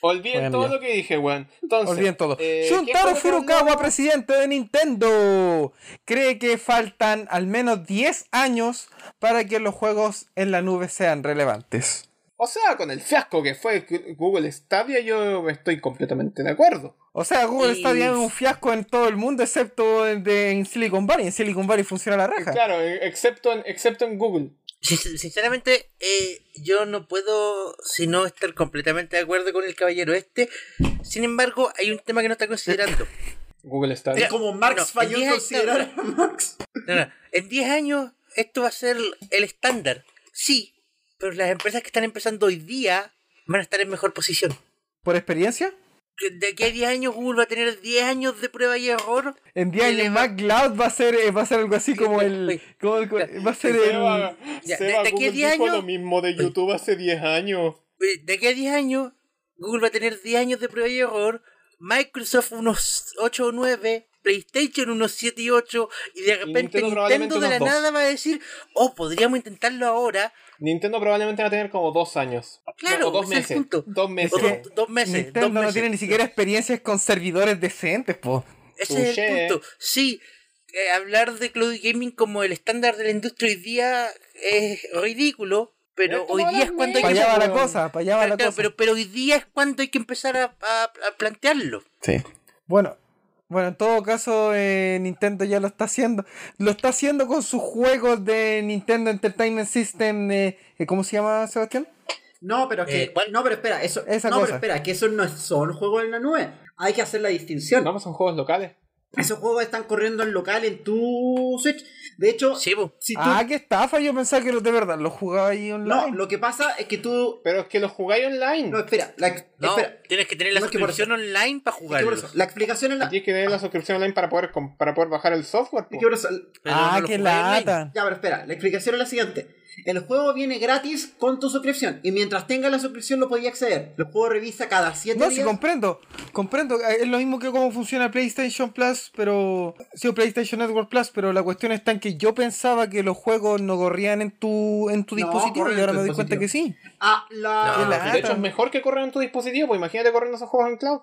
[SPEAKER 4] Olviden
[SPEAKER 1] Bueno,
[SPEAKER 4] todo
[SPEAKER 1] ya.
[SPEAKER 4] lo que dije, weón. Entonces,
[SPEAKER 1] olviden todo.
[SPEAKER 4] eh, ¿quién
[SPEAKER 1] Shuntaro
[SPEAKER 4] fue
[SPEAKER 1] Furukawa,
[SPEAKER 4] hablando?
[SPEAKER 1] presidente de Nintendo, cree que faltan al menos 10 años para que los juegos en la nube sean relevantes.
[SPEAKER 4] O sea, con el fiasco que fue Google Stadia, yo estoy completamente de acuerdo.
[SPEAKER 1] O sea, Google
[SPEAKER 2] Y-
[SPEAKER 1] Stadia es un fiasco en todo el mundo, excepto en, de- en Silicon Valley. En Silicon Valley funciona la raja.
[SPEAKER 4] Claro, eh, excepto en, excepto en Google.
[SPEAKER 2] Sin- Sinceramente, eh, yo no puedo sino estar completamente de acuerdo con el caballero este. Sin embargo, hay un tema que no
[SPEAKER 1] [laughs]
[SPEAKER 2] está considerando.
[SPEAKER 4] Google Stadia.
[SPEAKER 3] Es como Marx
[SPEAKER 2] no, este
[SPEAKER 3] falló en
[SPEAKER 2] diez
[SPEAKER 3] considerar a Marx.
[SPEAKER 2] No, no, En 10 años esto va a ser el estándar. Sí, pero las empresas que están empezando hoy día van a estar en mejor posición.
[SPEAKER 1] ¿Por experiencia?
[SPEAKER 2] Que De aquí a 10 años Google va a tener 10 años de prueba y error.
[SPEAKER 1] En 10
[SPEAKER 2] Y le
[SPEAKER 1] años
[SPEAKER 2] va-
[SPEAKER 1] más, Cloud va a ser, eh, va a ser algo así como el. como el- va a ser el.
[SPEAKER 4] Seba,
[SPEAKER 2] Ya,
[SPEAKER 4] Seba,
[SPEAKER 2] de- de aquí a
[SPEAKER 4] Google
[SPEAKER 2] 10
[SPEAKER 4] dijo
[SPEAKER 2] años-
[SPEAKER 4] lo mismo de YouTube hace 10 años.
[SPEAKER 2] eh, De aquí a 10 años Google va a tener 10 años de prueba y error. Microsoft unos 8 o 9. PlayStation unos 7 y 8. Y de repente
[SPEAKER 4] Nintendo
[SPEAKER 2] Nintendo,
[SPEAKER 4] probablemente
[SPEAKER 2] de la
[SPEAKER 4] unos dos.
[SPEAKER 2] nada va a decir, oh, podríamos intentarlo ahora.
[SPEAKER 4] Nintendo probablemente va a tener como dos años.
[SPEAKER 2] Claro,
[SPEAKER 4] o dos
[SPEAKER 2] ese es el
[SPEAKER 4] meses.
[SPEAKER 2] punto.
[SPEAKER 4] Dos
[SPEAKER 2] O
[SPEAKER 4] meses.
[SPEAKER 1] que-
[SPEAKER 2] do- dos meses.
[SPEAKER 1] Nintendo
[SPEAKER 2] dos
[SPEAKER 1] no
[SPEAKER 2] meses.
[SPEAKER 1] tiene ni siquiera experiencias con servidores decentes, po.
[SPEAKER 2] Ese es
[SPEAKER 4] Touché.
[SPEAKER 2] el punto. Sí, eh, hablar de cloud gaming como el estándar de la industria hoy día es ridículo, pero
[SPEAKER 4] Es como
[SPEAKER 2] hoy día
[SPEAKER 4] las
[SPEAKER 2] es cuando hay
[SPEAKER 1] Para
[SPEAKER 2] que...
[SPEAKER 1] allá va la
[SPEAKER 4] weón.
[SPEAKER 1] cosa, para allá va la
[SPEAKER 2] Claro,
[SPEAKER 1] cosa.
[SPEAKER 2] pero, pero hoy día es cuando hay que empezar a, a- a plantearlo.
[SPEAKER 1] Bueno, bueno, en todo caso, eh, Nintendo ya lo está haciendo. Lo está haciendo con sus juegos de Nintendo Entertainment System. eh, eh, ¿Cómo se llama, Sebastián?
[SPEAKER 3] [laughs] No, pero es que.
[SPEAKER 2] Eh, ¿cuál?
[SPEAKER 3] no, pero espera, eso.
[SPEAKER 1] Esa
[SPEAKER 3] no,
[SPEAKER 1] cosa.
[SPEAKER 3] pero espera, que esos no son juegos en la nube. Hay que hacer la distinción.
[SPEAKER 4] Vamos, pues son juegos locales.
[SPEAKER 3] Esos juegos están corriendo en local en tu Switch. De hecho,
[SPEAKER 2] Sí, po.
[SPEAKER 3] si tú.
[SPEAKER 1] Ah, qué estafa, yo pensaba que los de verdad los jugaba ahí online.
[SPEAKER 3] no, lo que pasa es que tú.
[SPEAKER 4] Pero es que los jugáis online.
[SPEAKER 3] No, espera. La,
[SPEAKER 2] No,
[SPEAKER 3] espera.
[SPEAKER 2] tienes que tener la
[SPEAKER 3] No, es que por
[SPEAKER 2] suscripción online para
[SPEAKER 3] Es que por
[SPEAKER 2] jugarlo.
[SPEAKER 3] eso, la explicación es la.
[SPEAKER 4] Tienes que tener la suscripción online para poder, com- para poder bajar el software. po.
[SPEAKER 3] es que por eso-
[SPEAKER 2] pero
[SPEAKER 1] ah,
[SPEAKER 2] no lo
[SPEAKER 1] qué
[SPEAKER 2] jugáis online.
[SPEAKER 1] lata.
[SPEAKER 3] Ya, pero espera, la explicación es la siguiente. El juego viene gratis con tu suscripción y mientras tengas la suscripción lo podías acceder. El juego revisa cada 7
[SPEAKER 1] No, sí,
[SPEAKER 3] días.
[SPEAKER 1] comprendo. Comprendo. Eh, Es lo mismo que cómo funciona PlayStation Plus, pero. Sí, o PlayStation Network Plus, pero la cuestión está en que yo pensaba que los juegos no corrían en tu, en tu
[SPEAKER 3] No,
[SPEAKER 1] dispositivo
[SPEAKER 3] corren
[SPEAKER 1] y ahora
[SPEAKER 3] en
[SPEAKER 1] me
[SPEAKER 3] tu
[SPEAKER 1] doy cuenta que sí.
[SPEAKER 3] Ah, la,
[SPEAKER 2] No,
[SPEAKER 1] Qué
[SPEAKER 4] De
[SPEAKER 1] lata.
[SPEAKER 4] hecho, es mejor que corran en tu dispositivo, pues imagínate corriendo esos juegos en cloud.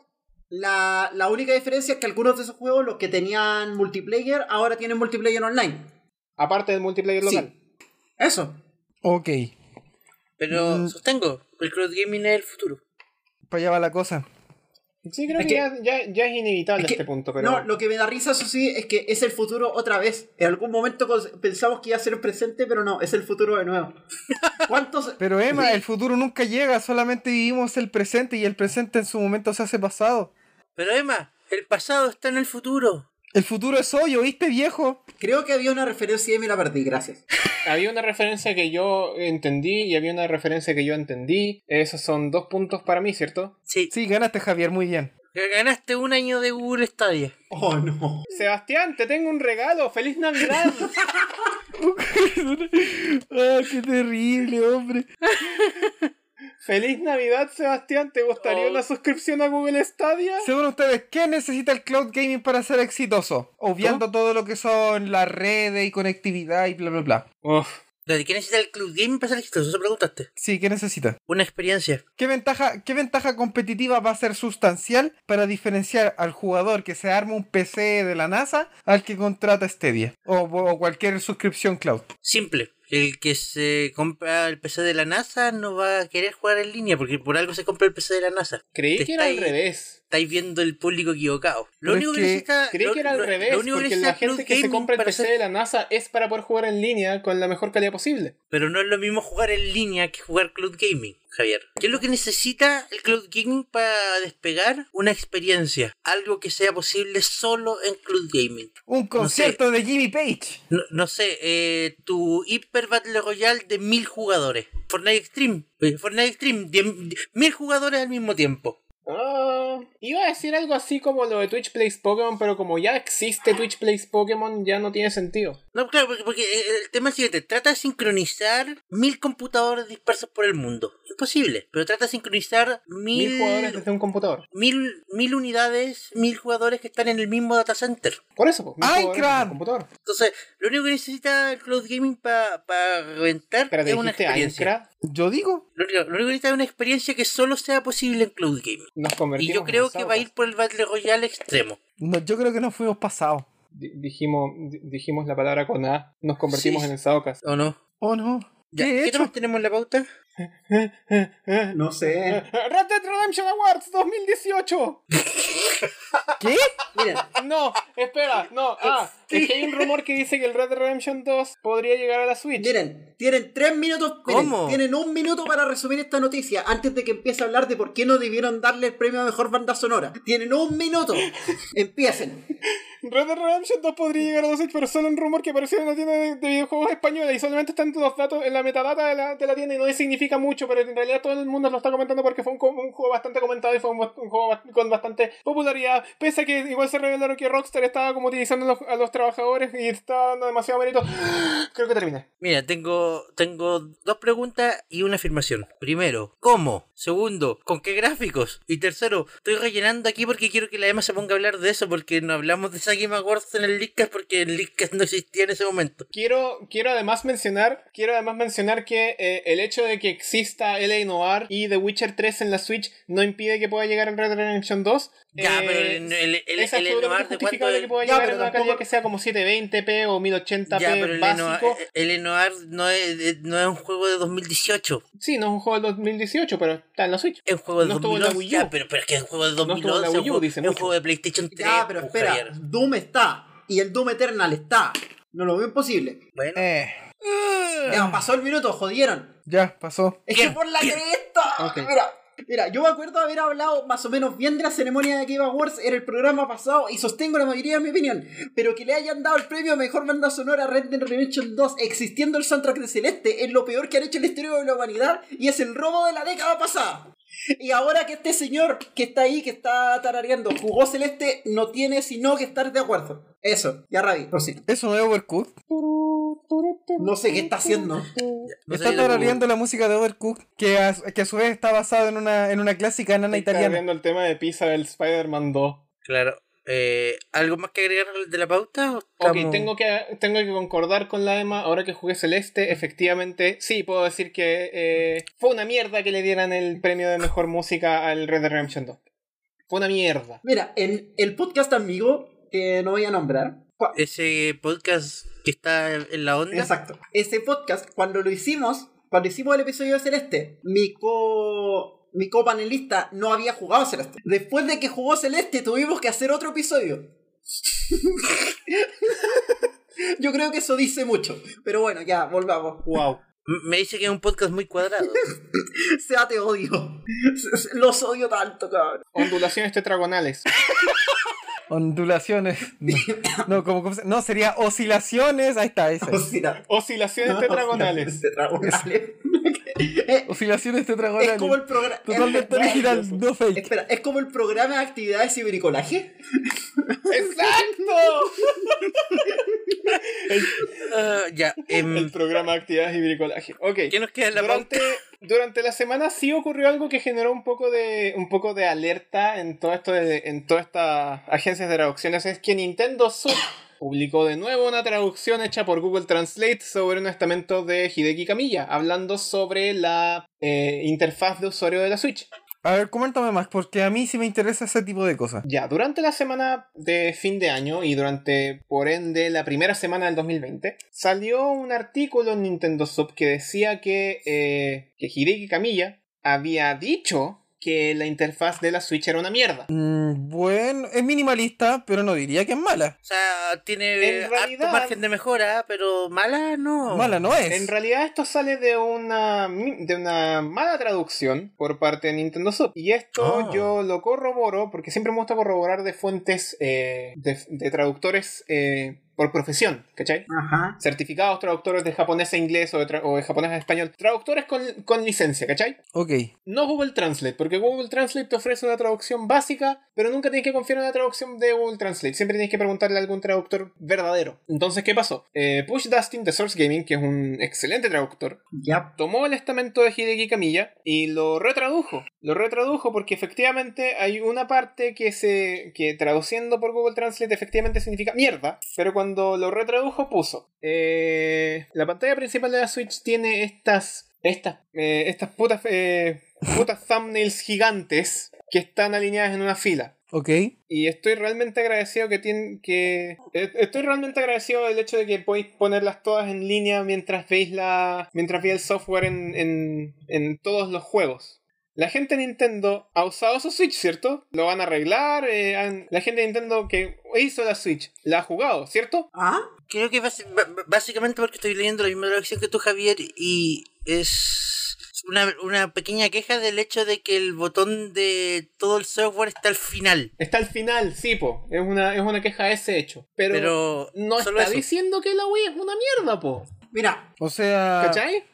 [SPEAKER 3] la, la única diferencia es que algunos de esos juegos, los que tenían multiplayer, ahora tienen multiplayer online.
[SPEAKER 4] Aparte del multiplayer local.
[SPEAKER 3] Sí. Eso.
[SPEAKER 1] Ok,
[SPEAKER 2] Pero
[SPEAKER 1] Mm.
[SPEAKER 2] sostengo, el cloud gaming es el futuro.
[SPEAKER 1] para allá va la cosa.
[SPEAKER 4] Sí, creo
[SPEAKER 3] Es que-
[SPEAKER 4] que, ya, ya- ya es inevitable
[SPEAKER 3] Es que-
[SPEAKER 4] este punto, pero...
[SPEAKER 3] No, lo que me da risa, eso sí, es que es el futuro otra vez. En algún momento cons- pensamos que iba a ser el presente, pero no, es el futuro de nuevo. [laughs] ¿Cuántos?
[SPEAKER 1] Pero Emma,
[SPEAKER 3] Sí.
[SPEAKER 1] el futuro nunca llega, solamente vivimos el presente y el presente en su momento se hace pasado.
[SPEAKER 2] Pero Emma, el pasado está en el futuro.
[SPEAKER 1] El futuro es hoy, ¿oíste, viejo?
[SPEAKER 3] Creo que había una referencia y me la perdí, gracias.
[SPEAKER 4] Había una referencia que yo entendí y había una referencia que yo entendí. Esos son dos puntos para mí, ¿cierto?
[SPEAKER 2] Sí,
[SPEAKER 1] Sí, ganaste, Javier, muy bien.
[SPEAKER 2] ganaste un año de Google Stadia.
[SPEAKER 3] Oh, no.
[SPEAKER 4] Sebastián, te tengo un regalo. ¡Feliz Navidad!
[SPEAKER 1] ¡Ah, qué terrible, hombre!
[SPEAKER 4] ¡Feliz Navidad, Sebastián! ¿Te gustaría
[SPEAKER 2] Oh.
[SPEAKER 4] una suscripción a Google Stadia?
[SPEAKER 1] Según ustedes, ¿qué necesita el cloud gaming para ser exitoso? Obviando todo lo que son las redes y conectividad y bla, bla, bla.
[SPEAKER 4] Uf.
[SPEAKER 2] ¿De qué necesita el cloud gaming para ser exitoso? Eso preguntaste.
[SPEAKER 1] Sí, ¿qué necesita?
[SPEAKER 2] Una experiencia.
[SPEAKER 1] ¿Qué ventaja, ¿Qué ventaja competitiva va a ser sustancial para diferenciar al jugador que se arma un PC de la NASA al que contrata Stadia o, o cualquier suscripción cloud?
[SPEAKER 2] Simple. El que se compra el PC de la NASA no va a querer jugar en línea porque por algo se compra el PC de la NASA.
[SPEAKER 4] Creí
[SPEAKER 2] Te
[SPEAKER 4] que era al
[SPEAKER 2] estáis-
[SPEAKER 4] revés.
[SPEAKER 2] Estáis viendo el público equivocado. Lo
[SPEAKER 1] Pero
[SPEAKER 2] único
[SPEAKER 1] es
[SPEAKER 2] que,
[SPEAKER 1] que
[SPEAKER 2] necesita.
[SPEAKER 4] Creí
[SPEAKER 2] lo-
[SPEAKER 4] que era
[SPEAKER 2] lo-
[SPEAKER 4] al
[SPEAKER 2] lo
[SPEAKER 4] revés,
[SPEAKER 2] único que
[SPEAKER 4] porque
[SPEAKER 2] necesita
[SPEAKER 4] la gente
[SPEAKER 2] Cloud
[SPEAKER 4] que se
[SPEAKER 2] Gaming
[SPEAKER 4] compra el
[SPEAKER 2] para
[SPEAKER 4] PC
[SPEAKER 2] ser-
[SPEAKER 4] de la NASA es para poder jugar en línea con la mejor calidad posible.
[SPEAKER 2] Pero no es lo mismo jugar en línea que jugar Cloud Gaming. Javier. ¿Qué es lo que necesita el cloud gaming para despegar? Una experiencia, algo que sea posible solo en cloud gaming.
[SPEAKER 1] Un concierto de Jimmy Page.
[SPEAKER 2] No, no sé, eh, tu Hyper Battle Royale de mil jugadores. Fortnite Extreme. eh, Fortnite Extreme, de mil jugadores al mismo tiempo.
[SPEAKER 4] Ah, iba a decir algo así como lo de Twitch Plays Pokémon, pero como ya existe Twitch Plays Pokémon, ya no tiene sentido.
[SPEAKER 2] No, claro, porque, porque, eh, el tema es el siguiente. Trata de sincronizar mil computadores dispersos por el mundo. Imposible. Pero trata de sincronizar
[SPEAKER 4] Mil
[SPEAKER 2] mil...
[SPEAKER 4] jugadores desde un computador.
[SPEAKER 2] Mil, mil unidades, mil jugadores que están en el mismo data center.
[SPEAKER 4] Por eso, pues, mil jugadores desde
[SPEAKER 1] Minecraft.
[SPEAKER 4] un computador.
[SPEAKER 2] Entonces, lo único que necesita el cloud gaming para reventar
[SPEAKER 4] Pero te
[SPEAKER 2] es una
[SPEAKER 4] dijiste
[SPEAKER 2] experiencia.
[SPEAKER 4] Minecraft,
[SPEAKER 1] Yo digo,
[SPEAKER 2] Lo único, lo único que necesita es una experiencia que solo sea posible en cloud gaming.
[SPEAKER 4] nos
[SPEAKER 2] Y
[SPEAKER 4] convertimos
[SPEAKER 2] yo
[SPEAKER 4] en
[SPEAKER 2] creo que va a
[SPEAKER 4] saucas.
[SPEAKER 2] ir por el Battle Royale extremo.
[SPEAKER 1] no, yo creo que nos fuimos pasados.
[SPEAKER 4] Di- Dijimos, di- dijimos la palabra con A, nos convertimos
[SPEAKER 2] Sí.
[SPEAKER 4] en el Saocas.
[SPEAKER 2] ¿O no?
[SPEAKER 1] ¿O no?
[SPEAKER 2] Ya,
[SPEAKER 1] ¿Qué he
[SPEAKER 2] ¿Qué,
[SPEAKER 1] hecho?
[SPEAKER 2] más tenemos en la pauta?
[SPEAKER 3] No sé.
[SPEAKER 4] Red Dead Redemption Awards 2018.
[SPEAKER 1] ¿Qué?
[SPEAKER 3] Mira,
[SPEAKER 4] No, espera, no. Ah, es que hay un rumor que dice que el Red Dead Redemption 2 podría llegar a la Switch.
[SPEAKER 3] miren, tienen tres minutos. miren,
[SPEAKER 2] ¿Cómo?
[SPEAKER 3] tienen un minuto para resumir esta noticia antes de que empiece a hablar de por qué no debieron darle el premio a mejor banda sonora. Tienen un minuto. Empiecen.
[SPEAKER 4] Red Dead Redemption 2 podría llegar a la Switch, pero es solo un rumor que apareció en una tienda de, de videojuegos española y solamente están los datos en la metadata de la, de la tienda y no significa mucho, pero en realidad todo el mundo lo está comentando porque fue un, co- un juego bastante comentado y fue un, bast- un juego bast- con bastante popularidad, pese a que igual se revelaron que Rockstar estaba como utilizando a los, a los trabajadores y estaba dando demasiado mérito. [gasps] Creo que terminé.
[SPEAKER 2] Mira, tengo, tengo dos preguntas y una afirmación. Primero, ¿cómo? Segundo, ¿con qué gráficos? Y tercero, estoy rellenando aquí porque quiero que la Emma se ponga a hablar de eso, porque no hablamos de esa Game Awards en el Leadcast porque el Leadcast no existía en ese momento.
[SPEAKER 4] Quiero, quiero además mencionar, quiero además mencionar que eh, el hecho de que exista LA Noir y The Witcher 3 en la Switch no impide que pueda llegar en Red Dead Redemption 2.
[SPEAKER 2] Ya,
[SPEAKER 4] Eh,
[SPEAKER 2] pero el, el, el,
[SPEAKER 4] es
[SPEAKER 2] el Lenoir,
[SPEAKER 4] absolutamente
[SPEAKER 2] ¿de cuánto
[SPEAKER 4] justificable
[SPEAKER 2] es?
[SPEAKER 4] que pueda
[SPEAKER 3] Ya,
[SPEAKER 4] llegar
[SPEAKER 3] pero
[SPEAKER 4] en una
[SPEAKER 3] tampoco-
[SPEAKER 4] calidad que sea como 720p o 1080p
[SPEAKER 2] Ya, pero el
[SPEAKER 4] básico.
[SPEAKER 2] Lenoir, el Lenoir no, es, de- no es un juego de 2018,
[SPEAKER 4] Sí, no es un juego del 2018, pero está en la Switch.
[SPEAKER 2] es un juego de
[SPEAKER 4] No estuvo en la
[SPEAKER 2] 2011.
[SPEAKER 4] Wii U.
[SPEAKER 2] Ya, pero, pero es que es un juego de
[SPEAKER 4] estuvo en la
[SPEAKER 2] 2011, es un
[SPEAKER 4] Wii U,
[SPEAKER 2] juego- es
[SPEAKER 4] dice
[SPEAKER 2] un
[SPEAKER 4] mucho.
[SPEAKER 2] juego de PlayStation 3.
[SPEAKER 3] Ya, pero
[SPEAKER 2] pues,
[SPEAKER 3] espera.
[SPEAKER 2] Javier.
[SPEAKER 3] Doom está. Y el Doom Eternal está. No lo veo imposible.
[SPEAKER 2] Bueno,
[SPEAKER 1] Eh,
[SPEAKER 3] Ya pasó el minuto, jodieron.
[SPEAKER 1] ya, pasó.
[SPEAKER 3] Es
[SPEAKER 2] Bien.
[SPEAKER 3] que por la cresta.
[SPEAKER 4] Ok.
[SPEAKER 3] Mira, mira, yo me acuerdo haber hablado más o menos bien de la ceremonia de Game Awards en el programa pasado y sostengo la mayoría de mi opinión. Pero que le hayan dado el premio a mejor banda sonora a Red Dead Redemption 2 existiendo el soundtrack de Celeste es lo peor que han hecho en la historia de la humanidad y es el robo de la década pasada. Y ahora que este señor que está ahí, que está tarareando, jugó Celeste, no tiene sino que estar de acuerdo. Eso, ya Ravi, prosigue.
[SPEAKER 1] ¿Eso no es Overcooked?
[SPEAKER 3] No sé qué está haciendo.
[SPEAKER 2] no sé,
[SPEAKER 1] Está
[SPEAKER 2] yo tampoco-
[SPEAKER 1] tarareando la música de Overcooked, que a, que a su vez está basado en una, en una clásica nana
[SPEAKER 4] Estoy
[SPEAKER 1] italiana.
[SPEAKER 4] viendo el tema de pizza del Spider-Man 2.
[SPEAKER 2] Claro. Eh, ¿Algo más que agregar de la pauta? o
[SPEAKER 4] Ok,
[SPEAKER 2] estamos-
[SPEAKER 4] tengo que, tengo que concordar con la Emma. Ahora que jugué Celeste, efectivamente, sí, puedo decir que eh, fue una mierda que le dieran el premio de mejor música al Red Dead Redemption 2. Fue una mierda.
[SPEAKER 3] Mira, en el podcast amigo, que no voy a nombrar, cua-
[SPEAKER 2] Ese podcast que está en la onda.
[SPEAKER 3] Exacto. Ese podcast, cuando lo hicimos, cuando hicimos el episodio de Celeste, mi co. Mi copanelista no había jugado Celeste. Después de que jugó Celeste, tuvimos que hacer otro episodio. [laughs] Yo creo que eso dice mucho. Pero bueno, ya, volvamos.
[SPEAKER 4] Wow.
[SPEAKER 2] M- Me dice que es un podcast muy
[SPEAKER 4] [laughs]
[SPEAKER 2] cuadrado.
[SPEAKER 3] Sea te odio. Los odio tanto, cabrón.
[SPEAKER 4] Ondulaciones tetragonales.
[SPEAKER 3] [laughs]
[SPEAKER 1] Ondulaciones. No, no, como, como se- no, sería oscilaciones. Ahí está, ese.
[SPEAKER 3] Oscila-
[SPEAKER 1] Este
[SPEAKER 2] [laughs]
[SPEAKER 4] Oscilaciones tetragonales.
[SPEAKER 1] [laughs]
[SPEAKER 3] este Tetragonales. Eh,
[SPEAKER 1] Oscilaciones tetragonales.
[SPEAKER 3] Es como el programa. [laughs]
[SPEAKER 1] Totalmente original, no fake.
[SPEAKER 3] Espera, es como el programa de actividades y bricolaje.
[SPEAKER 4] ¡Exacto!
[SPEAKER 2] Ah, ya. em,
[SPEAKER 4] El programa de actividades y bricolaje. Ok.
[SPEAKER 2] ¿Qué nos queda en la pauta?
[SPEAKER 4] Durante, [laughs] durante la semana sí ocurrió algo que generó un poco de un poco de alerta en todo esto de- en todas estas agencias de traducciones es que Nintendo Sub publicó de nuevo una traducción hecha por Google Translate sobre un estamento de Hideki Kamiya hablando sobre la eh, interfaz de usuario de la Switch.
[SPEAKER 1] A ver, coméntame más, porque a mí sí me interesa ese tipo de cosas.
[SPEAKER 4] Ya, durante la semana de fin de año y durante, por ende, la primera semana del 2020, salió un artículo en Nintendo Sub que decía que, eh, que Hideki Kamiya había dicho que la interfaz de la Switch era una mierda.
[SPEAKER 1] Mm, bueno, es minimalista, pero no diría que es mala.
[SPEAKER 2] O sea, tiene
[SPEAKER 4] En
[SPEAKER 2] harto
[SPEAKER 4] realidad-
[SPEAKER 2] margen de mejora, pero mala no.
[SPEAKER 1] Mala no es.
[SPEAKER 4] En realidad esto sale de una, mi- de una mala traducción por parte de Nintendo Sub. Y esto
[SPEAKER 2] Ah.
[SPEAKER 4] yo lo corroboro porque siempre me gusta corroborar de fuentes eh, de, de traductores eh, por profesión, ¿cachai?
[SPEAKER 3] Ajá.
[SPEAKER 4] Certificados traductores de japonés a inglés o de, tra- o de japonés a español. Traductores con, con licencia, ¿cachai?
[SPEAKER 1] Ok.
[SPEAKER 4] No Google Translate, porque Google Translate te ofrece una traducción básica, pero nunca tienes que confiar en la traducción de Google Translate. Siempre tienes que preguntarle a algún traductor verdadero. Entonces, ¿qué pasó? Eh, Push Dustin de Source Gaming, que es un excelente traductor,
[SPEAKER 3] Ya.
[SPEAKER 4] tomó el estamento de Hideki Kamiya y lo retradujo. Lo retradujo porque efectivamente hay una parte que se que traduciendo por Google Translate efectivamente significa mierda, pero cuando lo retradujo puso eh, la pantalla principal de la Switch tiene estas estas eh, estas putas eh, putas thumbnails gigantes que están alineadas en una fila.
[SPEAKER 1] Ok.
[SPEAKER 4] Y estoy realmente agradecido que tienen que. eh, Estoy realmente agradecido del hecho de que podéis ponerlas todas en línea mientras veis la. mientras veis el software en, en, en todos los juegos. La gente de Nintendo ha usado su Switch, ¿cierto? Lo van a arreglar. eh, han- La gente de Nintendo que hizo la Switch la ha jugado, ¿cierto?
[SPEAKER 3] ¿Ah?
[SPEAKER 2] Creo que basi- ba- ba- básicamente porque estoy leyendo la misma traducción que tú, Javier, y es una, una pequeña queja del hecho de que el botón de todo el software está al final.
[SPEAKER 4] Está al final, sí, po. Es una, es una queja de ese hecho. Pero.
[SPEAKER 2] Pero,
[SPEAKER 4] no
[SPEAKER 2] solo
[SPEAKER 4] está
[SPEAKER 2] eso.
[SPEAKER 4] diciendo que la Wii es una mierda, po.
[SPEAKER 3] Mira,
[SPEAKER 1] O
[SPEAKER 2] Ah.
[SPEAKER 1] sea.
[SPEAKER 4] ¿Cachai?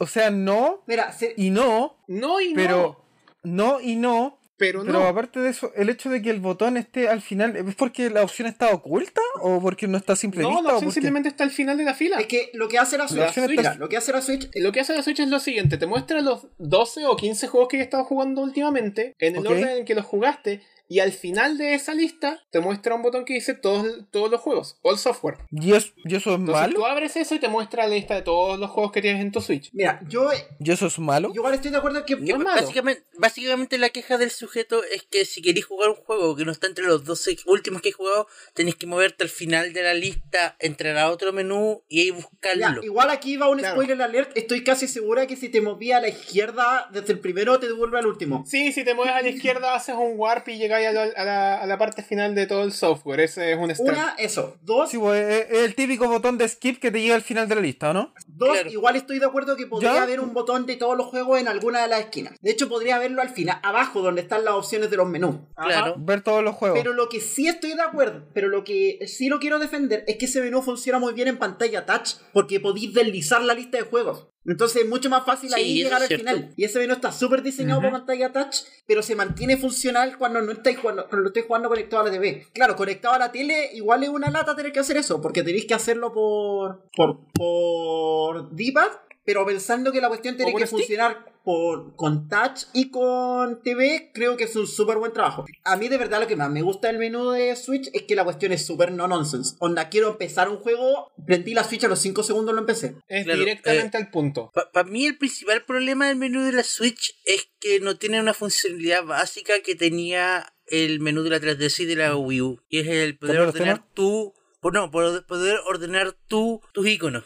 [SPEAKER 1] O sea, no
[SPEAKER 3] mira, se-
[SPEAKER 1] y no,
[SPEAKER 4] No y
[SPEAKER 1] pero.
[SPEAKER 4] no.
[SPEAKER 1] No y no.
[SPEAKER 4] Pero
[SPEAKER 1] Pero
[SPEAKER 4] no.
[SPEAKER 1] aparte de eso, el hecho de que el botón esté al final, ¿es porque la opción está oculta o porque no está simple
[SPEAKER 4] no,
[SPEAKER 1] vista?
[SPEAKER 4] la
[SPEAKER 1] o
[SPEAKER 4] opción
[SPEAKER 1] porque-
[SPEAKER 4] simplemente está al final de la fila.
[SPEAKER 3] es que lo que hace la Switch,
[SPEAKER 4] opción
[SPEAKER 1] está-
[SPEAKER 3] mira, lo que hace la Switch,
[SPEAKER 4] Lo que hace la Switch es lo siguiente: te muestra los 12 o 15 juegos que he estado jugando últimamente, en el
[SPEAKER 1] Ok.
[SPEAKER 4] orden en que los jugaste, y al final de esa lista te muestra un botón que dice todos, todos los juegos, all software.
[SPEAKER 1] ¿Y, es- y eso es
[SPEAKER 4] Entonces tú
[SPEAKER 1] malo?
[SPEAKER 4] abres eso y te muestra la lista de todos los juegos que tienes en tu Switch.
[SPEAKER 3] mira, yo, yo
[SPEAKER 1] ¿Y eso es malo?
[SPEAKER 3] igual estoy de acuerdo que
[SPEAKER 4] No es malo.
[SPEAKER 2] Básicamente, básicamente la queja del sujeto es que si queréis jugar un juego que no está entre los 12 últimos que he jugado, tenéis que moverte al final de la lista, entrar a otro menú y ahí
[SPEAKER 3] Ya,
[SPEAKER 2] buscarlo.
[SPEAKER 3] igual aquí va un
[SPEAKER 4] Claro.
[SPEAKER 3] spoiler alert. Estoy casi segura que si te movía a la izquierda desde el primero te devuelve al último.
[SPEAKER 4] Sí, si te mueves [laughs] a la izquierda haces un warp y llegáis a la, a la- a la parte final de todo el software. Ese es un strat.
[SPEAKER 3] Una, eso. Dos,
[SPEAKER 1] Sí, pues, es es el típico botón de skip que te llega al final de la lista, ¿o no?
[SPEAKER 3] dos
[SPEAKER 2] claro.
[SPEAKER 3] igual estoy de acuerdo que podría
[SPEAKER 1] ¿Ya?
[SPEAKER 3] haber un botón de todos los juegos en alguna de las esquinas. De hecho, podría haberlo al final, abajo, donde están las opciones de los menús.
[SPEAKER 2] Claro.
[SPEAKER 1] Ver todos los juegos.
[SPEAKER 3] Pero lo que sí estoy de acuerdo, pero lo que sí lo quiero defender es que ese menú funciona muy bien en pantalla touch, porque podéis deslizar la lista de juegos. Entonces es mucho más fácil ahí
[SPEAKER 2] Sí, eso
[SPEAKER 3] llegar al
[SPEAKER 2] es cierto.
[SPEAKER 3] final. Y ese menú está súper diseñado para pantalla touch, pero se mantiene funcional cuando no estáis jugando, cuando lo estáis jugando conectado a la TV. Claro, conectado a la tele igual es una lata tener que hacer eso, porque tenéis que hacerlo por por por D-pad, pero pensando que la cuestión tiene
[SPEAKER 4] por
[SPEAKER 3] que
[SPEAKER 4] stick?
[SPEAKER 3] funcionar por, con touch y con TV, creo que es un súper buen trabajo. A mí de verdad lo que más me gusta del menú de Switch es que la cuestión es súper no nonsense. Onda, quiero empezar un juego, prendí la Switch a los 5 segundos lo empecé.
[SPEAKER 4] Es
[SPEAKER 2] Claro,
[SPEAKER 4] directamente al punto.
[SPEAKER 2] Para mí el principal problema del menú de la Switch es que no tiene una funcionalidad básica que tenía el menú de la 3DS y de la
[SPEAKER 4] Mm.
[SPEAKER 2] Wii U. Y es el poder
[SPEAKER 1] ¿Cambiar los
[SPEAKER 2] ordenar
[SPEAKER 1] temas?
[SPEAKER 2] tú... o No, poder poder ordenar tú tus iconos.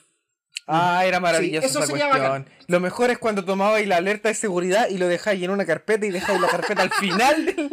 [SPEAKER 1] Ah, era maravilloso
[SPEAKER 3] Sí, eso
[SPEAKER 1] esa
[SPEAKER 3] sería
[SPEAKER 1] cuestión. Lo mejor es cuando tomabais la alerta de seguridad y lo dejáis en una carpeta y dejáis la carpeta al final del-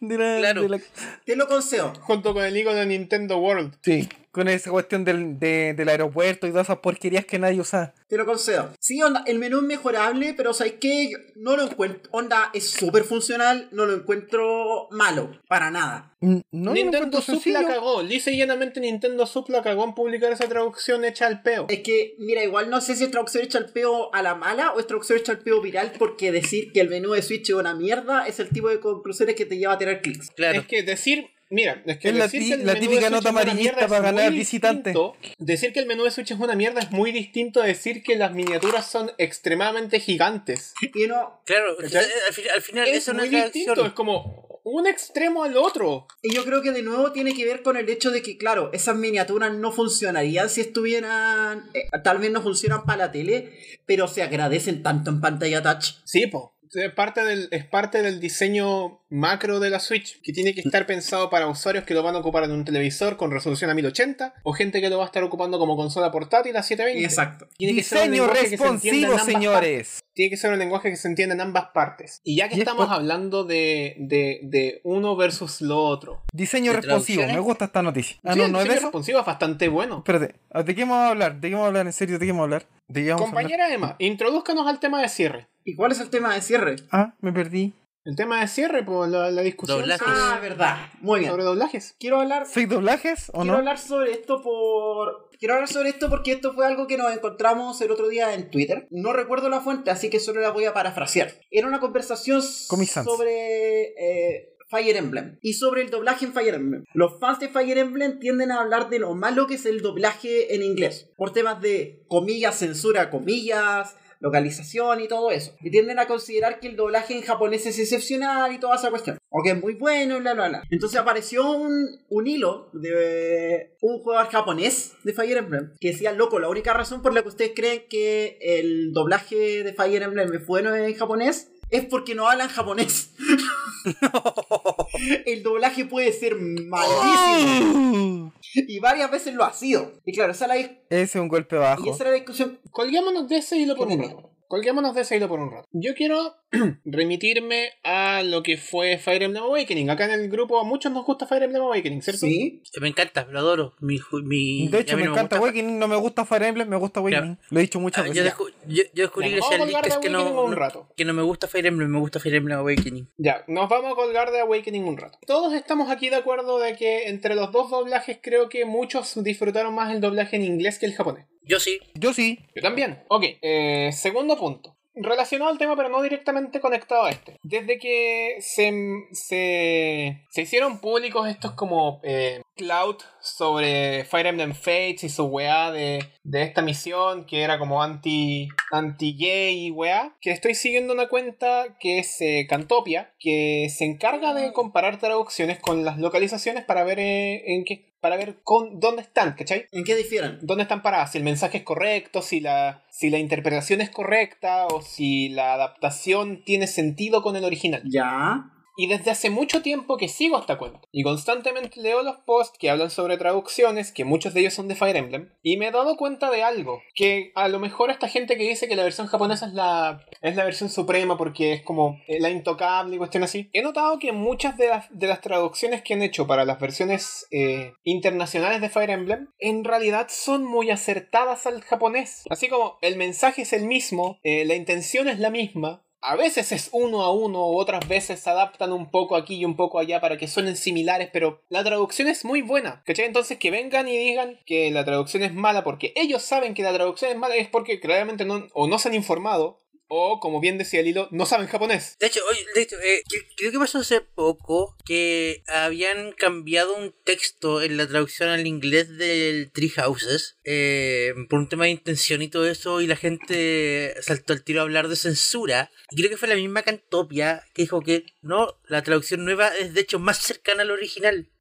[SPEAKER 1] de la...
[SPEAKER 2] Claro.
[SPEAKER 1] de la-
[SPEAKER 3] Te lo concedo.
[SPEAKER 4] Junto con el icono de Nintendo World.
[SPEAKER 1] Sí, con esa cuestión del, de- del aeropuerto y todas esas porquerías que nadie usa.
[SPEAKER 3] Te lo concedo. Sí, onda, el menú es mejorable, pero ¿sabes qué? Yo No lo encuentro. Onda, es súper funcional, no lo encuentro malo, para nada.
[SPEAKER 1] Mm, No, yo lo
[SPEAKER 4] Nintendo
[SPEAKER 1] encuentro
[SPEAKER 4] Sub
[SPEAKER 1] sencillo.
[SPEAKER 4] la cagó. Dice llanamente Nintendo Sub la cagó en publicar esa traducción hecha al peo.
[SPEAKER 3] Es que, mira, igual no sé si es traducción hecha al peo a la mala o es traducción hecha al peo viral, porque decir que el menú de Switch es una mierda es el tipo de conclusiones que te lleva a tener clics.
[SPEAKER 2] Claro.
[SPEAKER 4] Es que decir, mira, es que
[SPEAKER 1] Es la
[SPEAKER 4] decir
[SPEAKER 1] ti-
[SPEAKER 4] que el
[SPEAKER 1] la
[SPEAKER 4] menú de
[SPEAKER 1] típica
[SPEAKER 4] Switch
[SPEAKER 1] nota
[SPEAKER 4] es una
[SPEAKER 1] amarillista
[SPEAKER 4] mierda es
[SPEAKER 1] para ganar
[SPEAKER 4] muy
[SPEAKER 1] visitante.
[SPEAKER 4] distinto- Decir que el menú de Switch es una mierda es muy distinto a decir que las miniaturas son extremadamente gigantes.
[SPEAKER 3] Y no,
[SPEAKER 2] Claro, o sea, al, fin- al final
[SPEAKER 4] Es,
[SPEAKER 2] eso no
[SPEAKER 4] muy
[SPEAKER 2] es
[SPEAKER 4] distinto, es
[SPEAKER 2] traducción.
[SPEAKER 4] como un extremo al otro.
[SPEAKER 3] y yo creo que de nuevo tiene que ver con el hecho de que, claro, esas miniaturas no funcionarían si estuvieran, eh, tal vez no funcionan para la tele, pero se agradecen tanto en pantalla touch.
[SPEAKER 4] Sí, po. es parte, del, es parte del diseño macro de la Switch, que tiene que estar pensado para usuarios que lo van a ocupar en un televisor con resolución a 1080 o gente que lo va a estar ocupando como consola portátil a 720.
[SPEAKER 3] Exacto.
[SPEAKER 4] Tiene que ser un
[SPEAKER 1] Diseño
[SPEAKER 4] lenguaje que se entienda en
[SPEAKER 1] responsivo,
[SPEAKER 4] ambas partes.
[SPEAKER 1] señores.
[SPEAKER 4] Tiene que ser un lenguaje que se entienda en ambas partes. Y ya que
[SPEAKER 1] Y es
[SPEAKER 4] estamos
[SPEAKER 1] por-
[SPEAKER 4] hablando de, de, de uno versus lo otro.
[SPEAKER 1] Diseño
[SPEAKER 2] ¿De
[SPEAKER 1] responsivo,
[SPEAKER 2] traducciones?
[SPEAKER 1] me gusta esta noticia. Ah,
[SPEAKER 4] Sí,
[SPEAKER 1] no,
[SPEAKER 4] el
[SPEAKER 1] no es de
[SPEAKER 4] diseño
[SPEAKER 1] eso.
[SPEAKER 4] responsivo es bastante bueno.
[SPEAKER 1] Espérate, ¿ah, ¿de qué vamos a hablar? ¿De qué vamos a hablar en serio? ¿De qué vamos a hablar? ¿De qué vamos
[SPEAKER 4] Compañera Emma, introdúzcanos al tema de cierre.
[SPEAKER 3] ¿Y cuál es el tema de cierre?
[SPEAKER 1] a hablar? Ah, me perdí.
[SPEAKER 4] El tema de cierre, por la, la discusión
[SPEAKER 2] Doblajes.
[SPEAKER 4] sobre-
[SPEAKER 3] Ah, verdad. Muy bien.
[SPEAKER 4] sobre doblajes.
[SPEAKER 3] Quiero hablar
[SPEAKER 1] ¿Seis doblajes o
[SPEAKER 3] Quiero
[SPEAKER 1] no?
[SPEAKER 3] hablar sobre esto por. Quiero hablar sobre esto porque esto fue algo que nos encontramos el otro día en Twitter. No recuerdo la fuente, así que solo la voy a parafrasear. Era una conversación
[SPEAKER 1] Comic Sans.
[SPEAKER 3] sobre. eh, Fire Emblem y sobre el doblaje en Fire Emblem. Los fans de Fire Emblem tienden a hablar de lo malo que es el doblaje en inglés por temas de comillas, censura, comillas, localización y todo eso. Y tienden a considerar que el doblaje en japonés es excepcional y toda esa cuestión. O que es muy bueno y bla, bla, bla. Entonces apareció un, un hilo de un jugador japonés de Fire Emblem que decía, loco, la única razón por la que ustedes creen que el doblaje de Fire Emblem es bueno en japonés es porque no hablan japonés. el doblaje puede ser
[SPEAKER 4] ¡Oh!
[SPEAKER 3] malísimo. Y varias veces lo ha sido. Y claro, esa, era la, dis-
[SPEAKER 1] [gasps] Ese es un golpe
[SPEAKER 3] y
[SPEAKER 1] bajo.
[SPEAKER 3] esa era la discusión
[SPEAKER 4] Colguémonos de ese hilo por un
[SPEAKER 3] Genial.
[SPEAKER 4] rato. Colguémonos de ese hilo por un rato. Yo quiero [clears throat] remitirme a lo que fue Fire Emblem Awakening. Acá en el grupo a muchos nos gusta Fire Emblem Awakening, ¿cierto?
[SPEAKER 3] Sí.
[SPEAKER 2] Me encanta, lo adoro. Mi, ju- mi,
[SPEAKER 1] De hecho,
[SPEAKER 2] a mí
[SPEAKER 1] me
[SPEAKER 2] no
[SPEAKER 1] encanta
[SPEAKER 2] gusta-
[SPEAKER 1] Awakening, no me gusta Fire Emblem, me gusta Awakening. Lo he dicho muchas
[SPEAKER 2] Ah, yo,
[SPEAKER 1] veces.
[SPEAKER 2] descu- yo, yo descubrí
[SPEAKER 4] Ya,
[SPEAKER 2] gracias
[SPEAKER 4] vamos a
[SPEAKER 2] al Nick
[SPEAKER 4] colgar de
[SPEAKER 2] que
[SPEAKER 4] Awakening
[SPEAKER 2] no,
[SPEAKER 4] un
[SPEAKER 2] no-
[SPEAKER 4] rato.
[SPEAKER 2] que no me gusta Fire Emblem, me gusta Fire Emblem Awakening.
[SPEAKER 4] Ya, nos vamos a colgar de Awakening un rato. Todos estamos aquí de acuerdo de que entre los dos doblajes creo que muchos disfrutaron más el doblaje en inglés que el japonés.
[SPEAKER 2] Yo sí.
[SPEAKER 1] Yo sí,
[SPEAKER 4] Yo también. Ok, eh, segundo punto. Relacionado al tema, pero no directamente conectado a este. Desde que se, se, se hicieron públicos estos como eh, cloud sobre Fire Emblem Fates y su weá de, de esta misión que era como anti anti-gay y weá, que estoy siguiendo una cuenta que es eh, Cantopia, que se encarga de comparar traducciones con las localizaciones para ver eh, en qué, para ver con dónde están, ¿cachai?
[SPEAKER 3] ¿En qué difieren?
[SPEAKER 4] dónde están paradas, si el mensaje es correcto, si la, si la interpretación es correcta o si la adaptación tiene sentido con el original.
[SPEAKER 3] Ya.
[SPEAKER 4] Y desde hace mucho tiempo que sigo esta cuenta. Y constantemente leo los posts que hablan sobre traducciones, que muchos de ellos son de Fire Emblem. Y me he dado cuenta de algo. Que a lo mejor esta gente que dice que la versión japonesa es la, es la versión suprema porque es como eh, la intocable y cuestión así. He notado que muchas de las, de las traducciones que han hecho para las versiones eh, internacionales de Fire Emblem en realidad son muy acertadas al japonés. Así como el mensaje es el mismo, eh, la intención es la misma, a veces es uno a uno, otras veces se adaptan un poco aquí y un poco allá para que suenen similares, pero la traducción es muy buena. ¿Cachai? Entonces que vengan y digan que la traducción es mala porque ellos saben que la traducción es mala es porque claramente no, o no se han informado, o como bien decía Lilo, no saben japonés.
[SPEAKER 2] De hecho, oye, de hecho, eh, cre- creo que pasó hace poco que habían cambiado un texto en la traducción al inglés del Three Houses eh, por un tema de intención y todo eso y la gente saltó al tiro a hablar de censura. Y creo que fue la misma Cantopia que dijo que no, la traducción nueva es de hecho más cercana al original.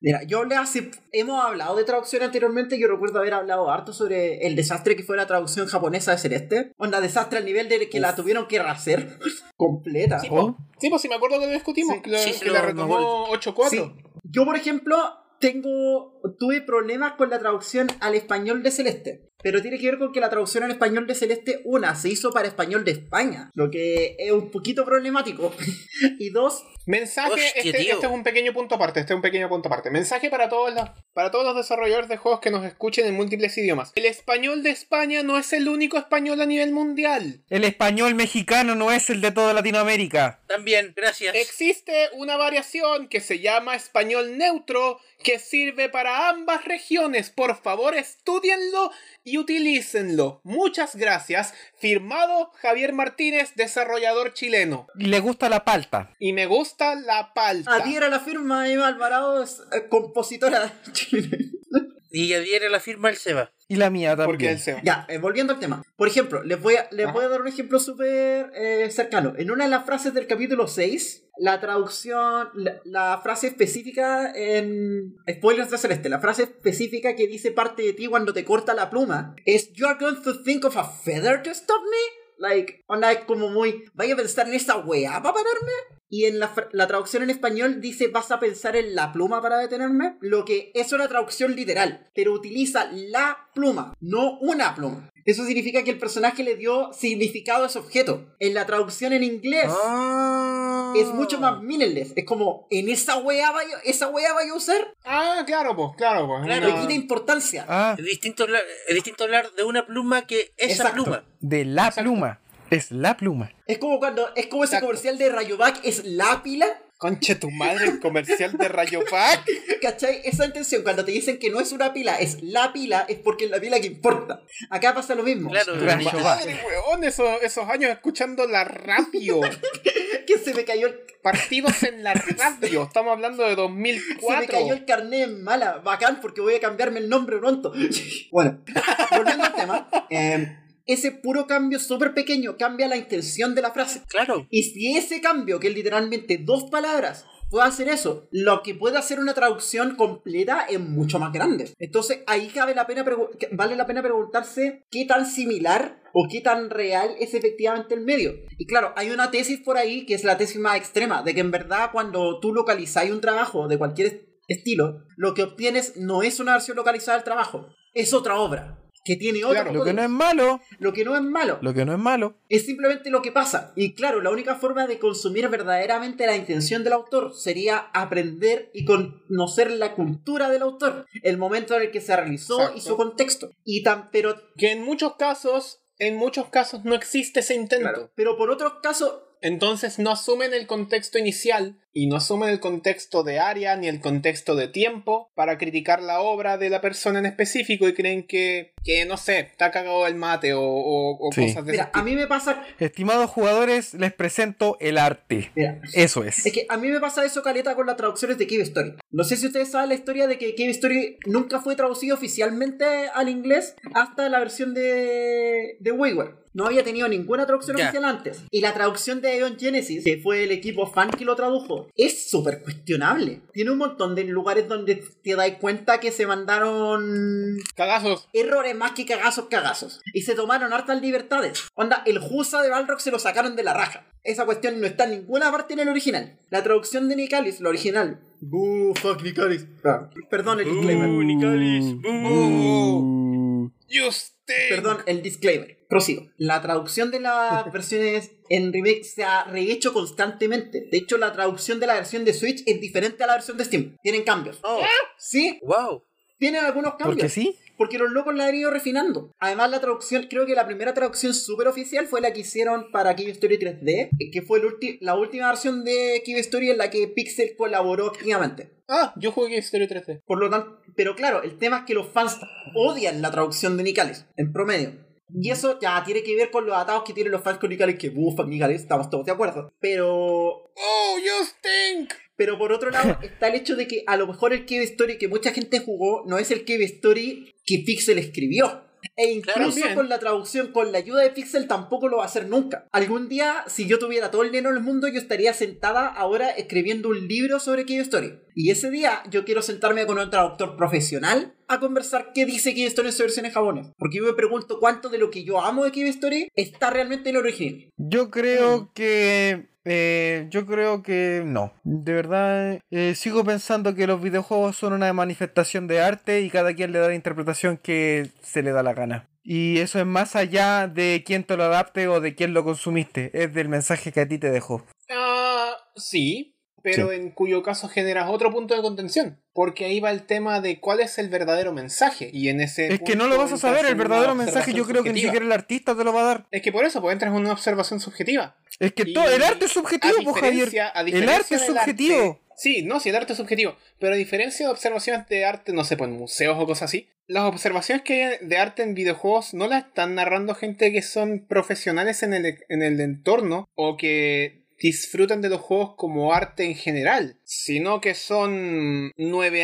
[SPEAKER 3] Mira, yo hablé hace. Hemos hablado de traducción anteriormente. Yo recuerdo haber hablado harto sobre el desastre que fue la traducción japonesa de Celeste. Onda, desastre al nivel de que la tuvieron que rehacer [laughs] completa.
[SPEAKER 4] Sí,
[SPEAKER 1] Oh.
[SPEAKER 4] po. Sí, pues sí, me acuerdo que lo discutimos,
[SPEAKER 3] Sí,
[SPEAKER 4] que, lo-
[SPEAKER 2] sí, sí,
[SPEAKER 4] que
[SPEAKER 2] lo-
[SPEAKER 4] la
[SPEAKER 2] me
[SPEAKER 4] retomó 8-4.
[SPEAKER 3] Sí. Yo, por ejemplo, tengo. Tuve problemas con la traducción al español de Celeste. Pero tiene que ver con que la traducción al español de Celeste, una, se hizo para español de España, lo que es un poquito problemático. [laughs] y dos,
[SPEAKER 4] Mensaje,
[SPEAKER 2] Hostia,
[SPEAKER 4] este,
[SPEAKER 2] tío.
[SPEAKER 4] este es un pequeño punto aparte, este es un pequeño punto aparte. Mensaje para todos los, para todos los desarrolladores de juegos que nos escuchen en múltiples idiomas. El español de España no es el único español a nivel mundial.
[SPEAKER 1] el español mexicano no es el de toda Latinoamérica.
[SPEAKER 2] También, gracias.
[SPEAKER 4] Existe una variación que se llama español neutro que sirve para ambas regiones. Por favor, estudienlo y utilícenlo. Muchas gracias. Firmado Javier Martínez, desarrollador chileno.
[SPEAKER 1] Le gusta la palta.
[SPEAKER 4] Y me gusta la palta.
[SPEAKER 3] adhiera a la firma Eva Alvarado, es, eh, compositora chilena.
[SPEAKER 2] Y adhiere la firma el Seba.
[SPEAKER 1] Y la mía también.
[SPEAKER 4] Porque el SEO.
[SPEAKER 3] Ya, eh, volviendo al tema. Por ejemplo, les voy a, les
[SPEAKER 4] Ajá.
[SPEAKER 3] voy a dar un ejemplo súper eh, cercano. En una de las frases del capítulo 6, la traducción, la, la frase específica en... Spoilers de Celeste, la frase específica que dice parte de ti cuando te corta la pluma es You're going to think of a feather to stop me? Like, onda es como muy, vaya a pensar en esta weá para pararme. Y en la, fr- la traducción en español dice, vas a pensar en la pluma para detenerme. Lo que es una traducción literal, pero utiliza la pluma, no una pluma. Eso significa que el personaje le dio significado a ese objeto. En la traducción en inglés
[SPEAKER 2] Ah.
[SPEAKER 3] es mucho más meaningless. Es como, en esa weá vaya, esa weá vaya a usar,
[SPEAKER 4] Ah, claro, pues, claro, pues.
[SPEAKER 3] claro,
[SPEAKER 4] una-
[SPEAKER 3] tiene importancia.
[SPEAKER 1] Ah,
[SPEAKER 2] Es distinto, hablar, es distinto hablar de una pluma que esa
[SPEAKER 3] Exacto.
[SPEAKER 2] pluma.
[SPEAKER 1] de la pluma. Es la pluma.
[SPEAKER 3] Es como cuando, es como ese
[SPEAKER 4] Exacto.
[SPEAKER 3] comercial de Rayovac es la pila.
[SPEAKER 4] Conche tu madre, el comercial de Rayo Pack.
[SPEAKER 3] ¿Cachai? Esa intención, cuando te dicen que no es una pila, es la pila, es porque es la pila que importa. Acá pasa lo mismo.
[SPEAKER 2] Claro,
[SPEAKER 1] Rancho
[SPEAKER 2] bonito.
[SPEAKER 1] va.
[SPEAKER 4] Madre, weón, esos, esos años escuchando la radio.
[SPEAKER 3] [laughs] Que se me cayó el,
[SPEAKER 4] Partidos en la radio. Estamos hablando de
[SPEAKER 3] se me
[SPEAKER 4] 2004.
[SPEAKER 3] cayó el carnet en mala. Bacán, porque voy a cambiarme el nombre pronto. [laughs] bueno, volviendo al tema. eh, ese puro cambio súper pequeño cambia la intención de la frase.
[SPEAKER 2] Claro.
[SPEAKER 3] Y si ese cambio, que es literalmente dos palabras, puede hacer eso, lo que puede hacer una traducción completa es mucho más grande. Entonces ahí cabe la pena pregu- que- vale la pena preguntarse qué tan similar o qué tan real es efectivamente el medio. Y claro, hay una tesis por ahí que es la tesis más extrema, de que en verdad cuando tú localizáis un trabajo de cualquier est- estilo, lo que obtienes no es una versión localizada del trabajo, es otra obra. Que tiene otro
[SPEAKER 4] Claro.
[SPEAKER 1] Lo que no es
[SPEAKER 3] código.
[SPEAKER 1] malo,
[SPEAKER 3] lo que no es malo.
[SPEAKER 1] lo que no es malo.
[SPEAKER 3] Es simplemente lo que pasa. Y claro, la única forma de consumir verdaderamente la intención del autor sería aprender y conocer la cultura del autor, el momento en el que se realizó
[SPEAKER 4] Exacto.
[SPEAKER 3] y su contexto. Y tan, pero,
[SPEAKER 4] Que en muchos casos, en muchos casos no existe ese intento.
[SPEAKER 3] pero por otro caso,
[SPEAKER 4] Entonces no asumen el contexto inicial y no asumen el contexto de área ni el contexto de tiempo para criticar la obra de la persona en específico y creen que, que no sé, está cagado el mate o, o- o
[SPEAKER 1] Sí.
[SPEAKER 4] cosas de
[SPEAKER 3] mira,
[SPEAKER 4] ese
[SPEAKER 3] a
[SPEAKER 4] tipo.
[SPEAKER 3] mí me pasa,
[SPEAKER 1] Estimados jugadores, les presento el arte.
[SPEAKER 3] mira,
[SPEAKER 1] Eso es.
[SPEAKER 3] es que a mí me pasa eso caleta con las traducciones de Cave Story. No sé si ustedes saben la historia de que Cave Story nunca fue traducido oficialmente al inglés hasta la versión de, de Wayward. No había tenido ninguna traducción
[SPEAKER 2] Ya.
[SPEAKER 3] oficial antes. Y la traducción de Aeon Genesis, que fue el equipo fan que lo tradujo, es súper cuestionable. Tiene un montón de lugares donde te dais cuenta que se mandaron
[SPEAKER 4] Cagazos.
[SPEAKER 3] errores más que cagazos, cagazos. Y se tomaron hartas libertades. Onda, el Jusa de Balrog se lo sacaron de la raja. Esa cuestión no está en ninguna parte en el original. La traducción de Nicalis, la original. Boo, fuck Nicalis. Ah, Perdón el disclaimer. Mm.
[SPEAKER 1] Uh,
[SPEAKER 4] Y usted.
[SPEAKER 3] Perdón el disclaimer. Prosigo. La traducción
[SPEAKER 1] [laughs]
[SPEAKER 3] de las versiones en remake se ha rehecho constantemente. De hecho, la traducción de la versión de Switch es diferente a la versión de Steam. Tienen cambios.
[SPEAKER 2] Oh,
[SPEAKER 3] Sí,
[SPEAKER 2] wow.
[SPEAKER 3] tienen algunos cambios.
[SPEAKER 1] Porque sí.
[SPEAKER 3] Porque los locos la han ido refinando. Además, la traducción, creo que la primera traducción súper oficial fue la que hicieron para Cave Story 3D, que fue el ulti- la última versión de Cave Story en la que Pixel colaboró activamente.
[SPEAKER 4] Ah, yo jugué Historia 3D.
[SPEAKER 3] Por lo tanto, pero claro, el tema es que los fans odian la traducción de Nicalis, en promedio. Y eso ya tiene que ver con los atados que tienen los fans con Nicalis, que bufan Nicalis, estamos todos de acuerdo. Pero
[SPEAKER 4] ¡Oh, you stink!
[SPEAKER 3] pero por otro lado, está el hecho de que a lo mejor el Cave Story que mucha gente jugó no es el Cave Story que Pixel escribió. E
[SPEAKER 2] Claro,
[SPEAKER 3] incluso
[SPEAKER 4] bien.
[SPEAKER 3] con la traducción, con la ayuda de Pixel, tampoco lo va a hacer nunca. Algún día, si yo tuviera todo el dinero del mundo, yo estaría sentada ahora escribiendo un libro sobre Cave Story. Y ese día, yo quiero sentarme con un traductor profesional a conversar qué dice Cave Story en su versión en japonés. Porque yo me pregunto cuánto de lo que yo amo de Cave Story está realmente en el original.
[SPEAKER 1] Yo creo que. eh, yo creo que no. De verdad, eh, sigo pensando que los videojuegos son una manifestación de arte y cada quien le da la interpretación que se le da la gana. Y eso es más allá de quién te lo adapte o de quién lo consumiste. Es del mensaje que a ti te dejó.
[SPEAKER 4] Ah, sí, pero en cuyo caso generas otro punto de contención. Porque ahí va el tema de cuál es el verdadero mensaje. Y en ese.
[SPEAKER 1] Es que
[SPEAKER 4] punto
[SPEAKER 1] no lo vas a
[SPEAKER 4] entras
[SPEAKER 1] saber,
[SPEAKER 4] en
[SPEAKER 1] el
[SPEAKER 4] una
[SPEAKER 1] verdadero mensaje yo
[SPEAKER 4] observación
[SPEAKER 1] creo que ni
[SPEAKER 4] subjetiva.
[SPEAKER 1] siquiera el artista te lo va a dar.
[SPEAKER 4] Es que por eso, pues entras en una observación subjetiva.
[SPEAKER 1] Es que
[SPEAKER 4] Y
[SPEAKER 1] todo, el arte es
[SPEAKER 4] A
[SPEAKER 1] subjetivo, pues Javier.
[SPEAKER 4] diferencia, a
[SPEAKER 1] El arte
[SPEAKER 4] diferencia
[SPEAKER 1] es
[SPEAKER 4] del
[SPEAKER 1] subjetivo.
[SPEAKER 4] arte- sí, no, sí, el arte es subjetivo. Pero a diferencia de observaciones de arte, no sé, pues en museos o cosas así, las observaciones que hay de arte en videojuegos no las están narrando gente que son profesionales en el, e, en el entorno o que disfrutan de los juegos como arte en general, sino que son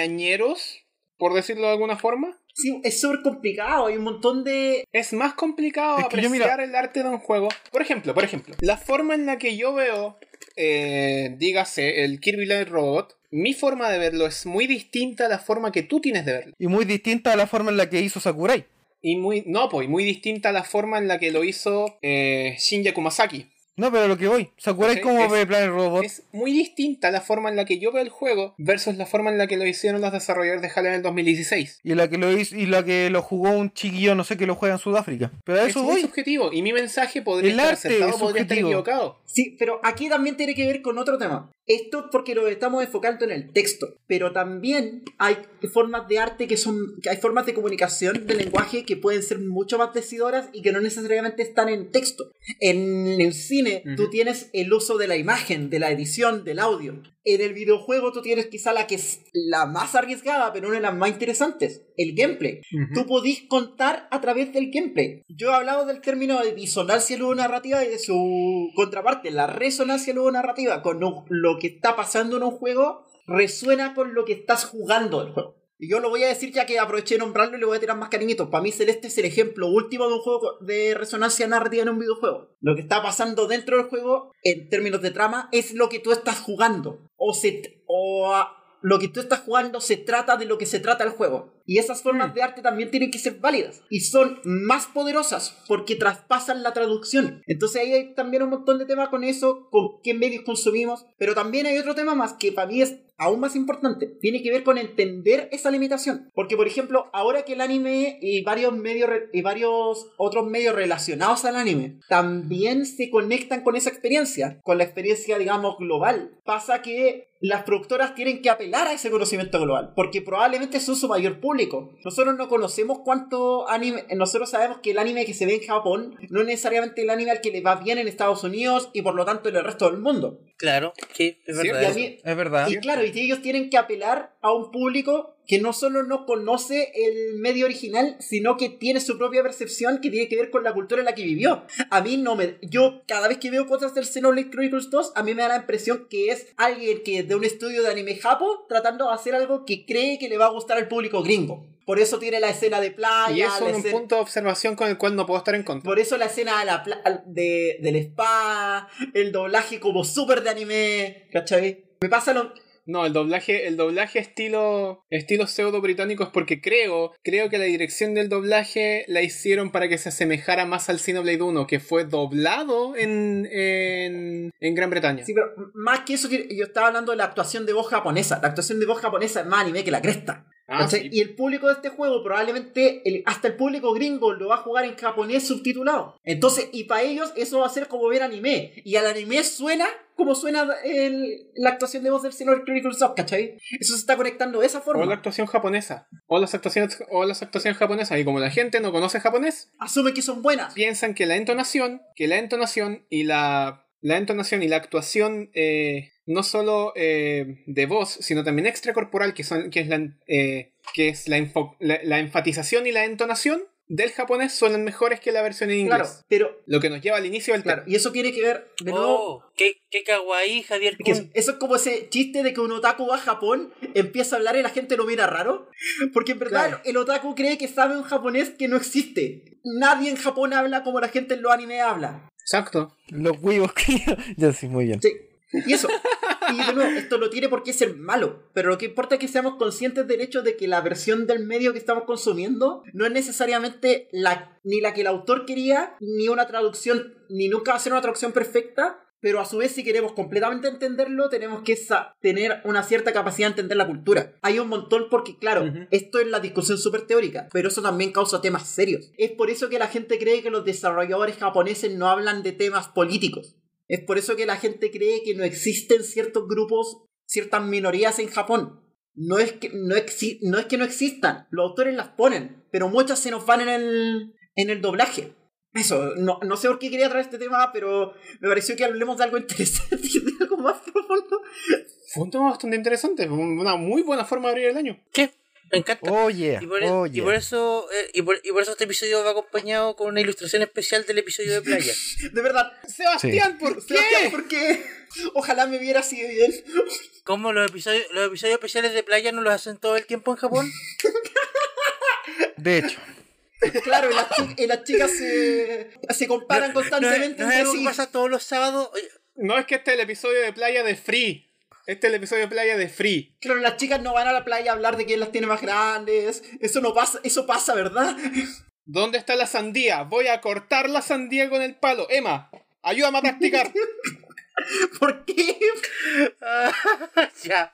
[SPEAKER 4] nueveañeros, por decirlo de alguna forma.
[SPEAKER 3] Sí, es súper complicado, hay un montón de
[SPEAKER 4] Es más complicado
[SPEAKER 1] Es que yo,
[SPEAKER 4] apreciar
[SPEAKER 1] mira-
[SPEAKER 4] el arte de un juego. Por ejemplo, por ejemplo, la forma en la que yo veo, eh, dígase, el Kirby Light Robot, mi forma de verlo es muy distinta a la forma que tú tienes de verlo.
[SPEAKER 1] Y muy distinta a la forma en la que hizo Sakurai.
[SPEAKER 4] Y muy, no, pues, y muy distinta a la forma en la que lo hizo eh, Shinja Kumasaki.
[SPEAKER 1] No, pero lo que voy, ¿se acuerdan
[SPEAKER 4] Ok,
[SPEAKER 1] cómo
[SPEAKER 4] es-
[SPEAKER 1] ve Planet Robot?
[SPEAKER 4] Es muy distinta la forma en la que yo veo el juego versus la forma en la que lo hicieron los desarrolladores de Halo en el 2016.
[SPEAKER 1] Y la que lo hizo, y la que lo jugó un chiquillo, no sé, que lo juega en Sudáfrica. Pero a
[SPEAKER 4] Es
[SPEAKER 1] eso
[SPEAKER 4] muy
[SPEAKER 1] voy.
[SPEAKER 4] subjetivo y mi mensaje podría
[SPEAKER 1] El
[SPEAKER 4] estar
[SPEAKER 1] arte
[SPEAKER 4] acertado,
[SPEAKER 1] es
[SPEAKER 4] podría estar
[SPEAKER 1] subjetivo.
[SPEAKER 4] equivocado.
[SPEAKER 3] Sí, pero aquí también tiene que ver con otro tema. Esto porque lo estamos enfocando en el texto, pero también hay formas de arte que son, que hay formas de comunicación, de lenguaje que pueden ser mucho más decidoras y que no necesariamente están en texto. En el cine
[SPEAKER 4] Ujú.
[SPEAKER 3] tú tienes el uso de la imagen, de la edición, del audio. En el videojuego tú tienes quizá la que es la más arriesgada, pero una de las más interesantes, el gameplay. Tú podís contar a través del gameplay. Yo he hablado del término de disonancia narrativa y de su contraparte, la resonancia narrativa Con lo lo que está pasando en un juego, resuena con lo que estás jugando del juego. Y yo lo voy a decir ya que aproveché de nombrarlo y le voy a tirar más cariñitos. Para mí Celeste es el ejemplo último de un juego de resonancia narrativa en un videojuego. Lo que está pasando dentro del juego, en términos de trama, es lo que tú estás jugando. O, se, o ah, lo que tú estás jugando se trata de lo que se trata el juego. Y esas formas de arte también tienen que ser válidas. Y son más poderosas porque traspasan la traducción. Entonces ahí hay también un montón de temas con eso, con qué medios consumimos. Pero también hay otro tema más que para mí es aún más importante. Tiene que ver con entender esa limitación. Porque, por ejemplo, ahora que el anime y varios, medios re- y varios otros medios relacionados al anime también se conectan con esa experiencia, con la experiencia, digamos, global, pasa que las productoras tienen que apelar a ese conocimiento global, porque probablemente son su mayor público. Nosotros no conocemos cuánto anime, nosotros sabemos que el anime que se ve en Japón no es necesariamente el anime al que le va bien en Estados Unidos y por lo tanto en el resto del mundo.
[SPEAKER 2] Claro, sí, es
[SPEAKER 4] Sí,
[SPEAKER 3] Y a
[SPEAKER 2] verdad.
[SPEAKER 3] mí-
[SPEAKER 1] Es verdad.
[SPEAKER 3] y claro, y ellos tienen que apelar a un público que no solo no conoce el medio original, sino que tiene su propia percepción que tiene que ver con la cultura en la que vivió. A mí no me... Yo cada vez que veo cosas del Xenoblade Chronicles 2, a mí me da la impresión que es alguien que de un estudio de anime japo tratando de hacer algo que cree que le va a gustar al público gringo. Por eso tiene la escena de playa,
[SPEAKER 4] Y eso
[SPEAKER 3] la
[SPEAKER 4] es un
[SPEAKER 3] escena-
[SPEAKER 4] punto de observación con el cual no puedo estar en contra.
[SPEAKER 3] por eso la escena de la pla- al- de- del spa, el doblaje como súper de anime, ¿cachai? Me pasa lo,
[SPEAKER 4] No, el doblaje, el doblaje estilo, estilo pseudo británico es porque creo, creo que la dirección del doblaje la hicieron para que se asemejara más al Xenoblade 1, que fue doblado en, en, en Gran Bretaña.
[SPEAKER 3] Sí, pero más que eso, que- yo estaba hablando de la actuación de voz japonesa. La actuación de voz japonesa es más anime que la cresta.
[SPEAKER 4] Ah,
[SPEAKER 3] ¿cachai?
[SPEAKER 4] sí.
[SPEAKER 3] Y el público de este juego, probablemente, el- hasta el público gringo lo va a jugar en japonés subtitulado. Entonces, y para ellos, eso va a ser como ver anime. Y al anime suena como suena el- la actuación de voz del Xenoblade Chronicles 2, ¿cachai? Eso se está conectando de esa
[SPEAKER 4] O
[SPEAKER 3] forma.
[SPEAKER 4] la actuación japonesa. O las actuaciones, o las actuaciones japonesas. Y como la gente no conoce japonés,
[SPEAKER 3] Asume que son buenas.
[SPEAKER 4] piensan que la entonación, que la entonación y la, la entonación y la actuación eh, no solo eh, de voz, sino también extracorporal, que son, que es la en- eh, que es la, enfo- la- la enfatización y la entonación del japonés son las mejores que la versión en inglés.
[SPEAKER 3] Claro, pero,
[SPEAKER 4] Lo que nos lleva al inicio del
[SPEAKER 3] claro.
[SPEAKER 4] tema.
[SPEAKER 3] Y eso tiene que ver, de nuevo,
[SPEAKER 2] Oh, qué, qué kawaii, Javier
[SPEAKER 3] Que
[SPEAKER 2] Kun.
[SPEAKER 3] eso es como ese chiste de que un otaku va a Japón, empieza a hablar y la gente lo mira raro. Porque en verdad
[SPEAKER 4] Claro.
[SPEAKER 3] el otaku cree que sabe un japonés que no existe. Nadie en Japón habla como la gente en los anime habla.
[SPEAKER 4] Exacto.
[SPEAKER 1] Los huevos que [laughs] ya sí, muy bien.
[SPEAKER 3] Sí. Y eso. Y de nuevo, esto no tiene por qué ser malo, pero lo que importa es que seamos conscientes del hecho de que la versión del medio que estamos consumiendo no es necesariamente la, ni la que el autor quería, ni una traducción, ni nunca va a ser una traducción perfecta, pero a su vez si queremos completamente entenderlo, tenemos que sa- tener una cierta capacidad de entender la cultura. Hay un montón porque, claro,
[SPEAKER 4] Ujú.
[SPEAKER 3] esto es la discusión súper teórica, pero eso también causa temas serios. Es por eso que la gente cree que los desarrolladores japoneses no hablan de temas políticos. Es por eso que la gente cree que no existen ciertos grupos, ciertas minorías en Japón. No es que no, exi- no es que no existan, los autores las ponen, pero muchas se nos van en el, en el doblaje. Eso, no, no sé por qué quería traer este tema, pero me pareció que hablemos de algo [laughs] interesante, de algo más profundo.
[SPEAKER 4] Fue un tema bastante interesante. Una muy buena forma de abrir el año.
[SPEAKER 2] ¿Qué? Me encanta.
[SPEAKER 3] Oh,
[SPEAKER 1] Oye,
[SPEAKER 2] Y
[SPEAKER 4] e-
[SPEAKER 2] por, e- y
[SPEAKER 1] oye.
[SPEAKER 2] por eso eh, y, por, y por eso este episodio va acompañado con una ilustración especial del episodio de playa.
[SPEAKER 3] De verdad,
[SPEAKER 4] Sebastián, ¿por qué?
[SPEAKER 3] Sebastián, ¿por qué? Ojalá me viera así de bien.
[SPEAKER 2] ¿Cómo los episodios, los episodios especiales de playa no los hacen todo el tiempo en Japón?
[SPEAKER 1] De hecho,
[SPEAKER 3] Claro, y las, chi- y las chicas se, se comparan constantemente
[SPEAKER 2] no, es- no es
[SPEAKER 3] entre
[SPEAKER 2] algo que
[SPEAKER 3] sí.
[SPEAKER 2] pasa todos los sábados. Oye,
[SPEAKER 4] No es que este es el episodio de playa de Free. Este es el episodio de playa de Free.
[SPEAKER 3] Claro, las chicas no van a la playa a hablar de quién las tiene más grandes. Eso no pasa, eso pasa, ¿verdad? [laughs]
[SPEAKER 4] ¿Dónde está la sandía? Voy a cortar la sandía con el palo. Emma, ayúdame a practicar.
[SPEAKER 3] ¿Por qué?
[SPEAKER 2] Ah, [laughs] ya.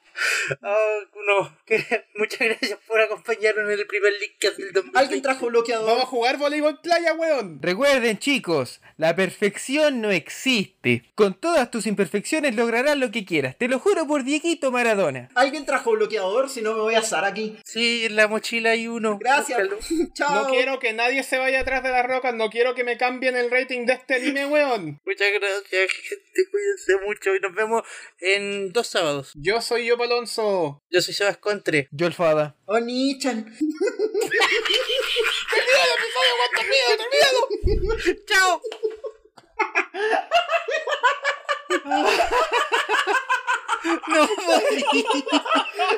[SPEAKER 2] Ah, no. Que- [laughs] muchas gracias por acompañarnos en el primer link del 2020.
[SPEAKER 3] Alguien trajo
[SPEAKER 4] Vamos a
[SPEAKER 3] bloqueador.
[SPEAKER 4] jugar voleibol playa, weón.
[SPEAKER 1] Recuerden chicos, la perfección no existe. Con todas tus imperfecciones lograrás lo que quieras. Te lo juro por Dieguito Maradona.
[SPEAKER 3] Alguien trajo bloqueador, si no me voy a asar aquí.
[SPEAKER 2] Sí, en la mochila hay uno.
[SPEAKER 3] Gracias.
[SPEAKER 2] Búscalo.
[SPEAKER 3] Chao.
[SPEAKER 4] No quiero que nadie se vaya atrás de las rocas. No quiero que me cambien el rating de este anime, weón.
[SPEAKER 2] Muchas gracias, gente. Cuídense mucho y nos vemos en dos sábados.
[SPEAKER 4] Yo soy yo, Palonso.
[SPEAKER 2] Yo soy Sebas
[SPEAKER 3] [laughs]
[SPEAKER 2] Contre.
[SPEAKER 1] Yo el Fada.
[SPEAKER 3] Oni-chan.
[SPEAKER 2] ¡Chao!
[SPEAKER 1] No,